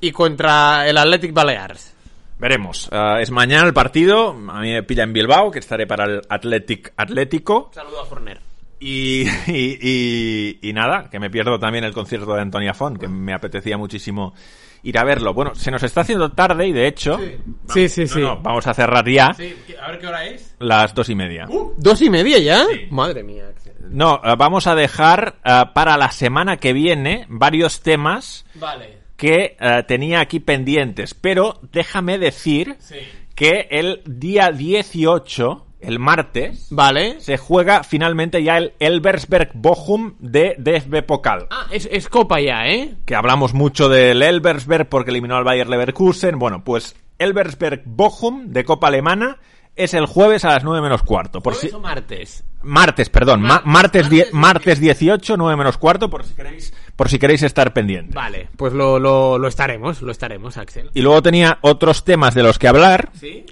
[SPEAKER 2] y contra el Athletic Balears.
[SPEAKER 1] Veremos. Ah, es mañana el partido. A mí me pilla en Bilbao, que estaré para el Athletic Atlético.
[SPEAKER 2] Saludo a Forner.
[SPEAKER 1] Y, y- y- y nada, que me pierdo también el concierto de Antonia Font, que me apetecía muchísimo ir a verlo. Bueno, se nos está haciendo tarde y de hecho...
[SPEAKER 2] Sí, sí,
[SPEAKER 1] No,
[SPEAKER 2] sí.
[SPEAKER 1] no, vamos a cerrar ya
[SPEAKER 2] a ver qué hora es.
[SPEAKER 1] las dos y media.
[SPEAKER 2] Dos y media ya.
[SPEAKER 1] Sí.
[SPEAKER 2] Madre mía. Axel.
[SPEAKER 1] No, eh, vamos a dejar eh, para la semana que viene varios temas
[SPEAKER 2] Vale.
[SPEAKER 1] que eh, tenía aquí pendientes, pero déjame decir
[SPEAKER 2] Sí.
[SPEAKER 1] que el día 18, el martes,
[SPEAKER 2] Vale.
[SPEAKER 1] se juega finalmente ya el Elversberg Bochum de DFB Pokal.
[SPEAKER 2] Ah, es, es copa ya, ¿eh?
[SPEAKER 1] que hablamos mucho del Elversberg porque eliminó al Bayer Leverkusen. Bueno, pues Elversberg Bochum de Copa Alemana es el jueves a las 9 menos cuarto. Por si...
[SPEAKER 2] ¿Jueves o martes?
[SPEAKER 1] Martes, perdón, ma-
[SPEAKER 2] Martes,
[SPEAKER 1] martes, die-
[SPEAKER 2] martes.
[SPEAKER 1] martes 18, 9 menos cuarto, por si queréis, por si queréis estar pendiente.
[SPEAKER 2] Vale, pues lo, lo, lo estaremos, lo estaremos, Axel.
[SPEAKER 1] Y luego tenía otros temas de los que hablar,
[SPEAKER 2] ¿Sí?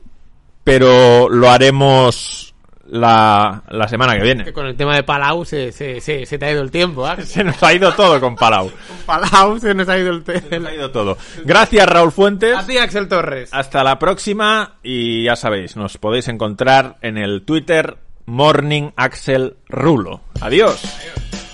[SPEAKER 1] pero lo haremos la, la semana que viene.
[SPEAKER 2] Que con el tema de Palau se, se, se, se te ha ido el tiempo, ¿ah?
[SPEAKER 1] Se nos ha ido todo con Palau.
[SPEAKER 2] Palau se nos ha ido el
[SPEAKER 1] Se nos
[SPEAKER 2] tiempo.
[SPEAKER 1] ha ido todo. Gracias, Raúl Fuentes.
[SPEAKER 2] A ti, Axel Torres.
[SPEAKER 1] Hasta la próxima y ya sabéis, nos podéis encontrar en el Twitter Morning Axel Rulo. Adiós.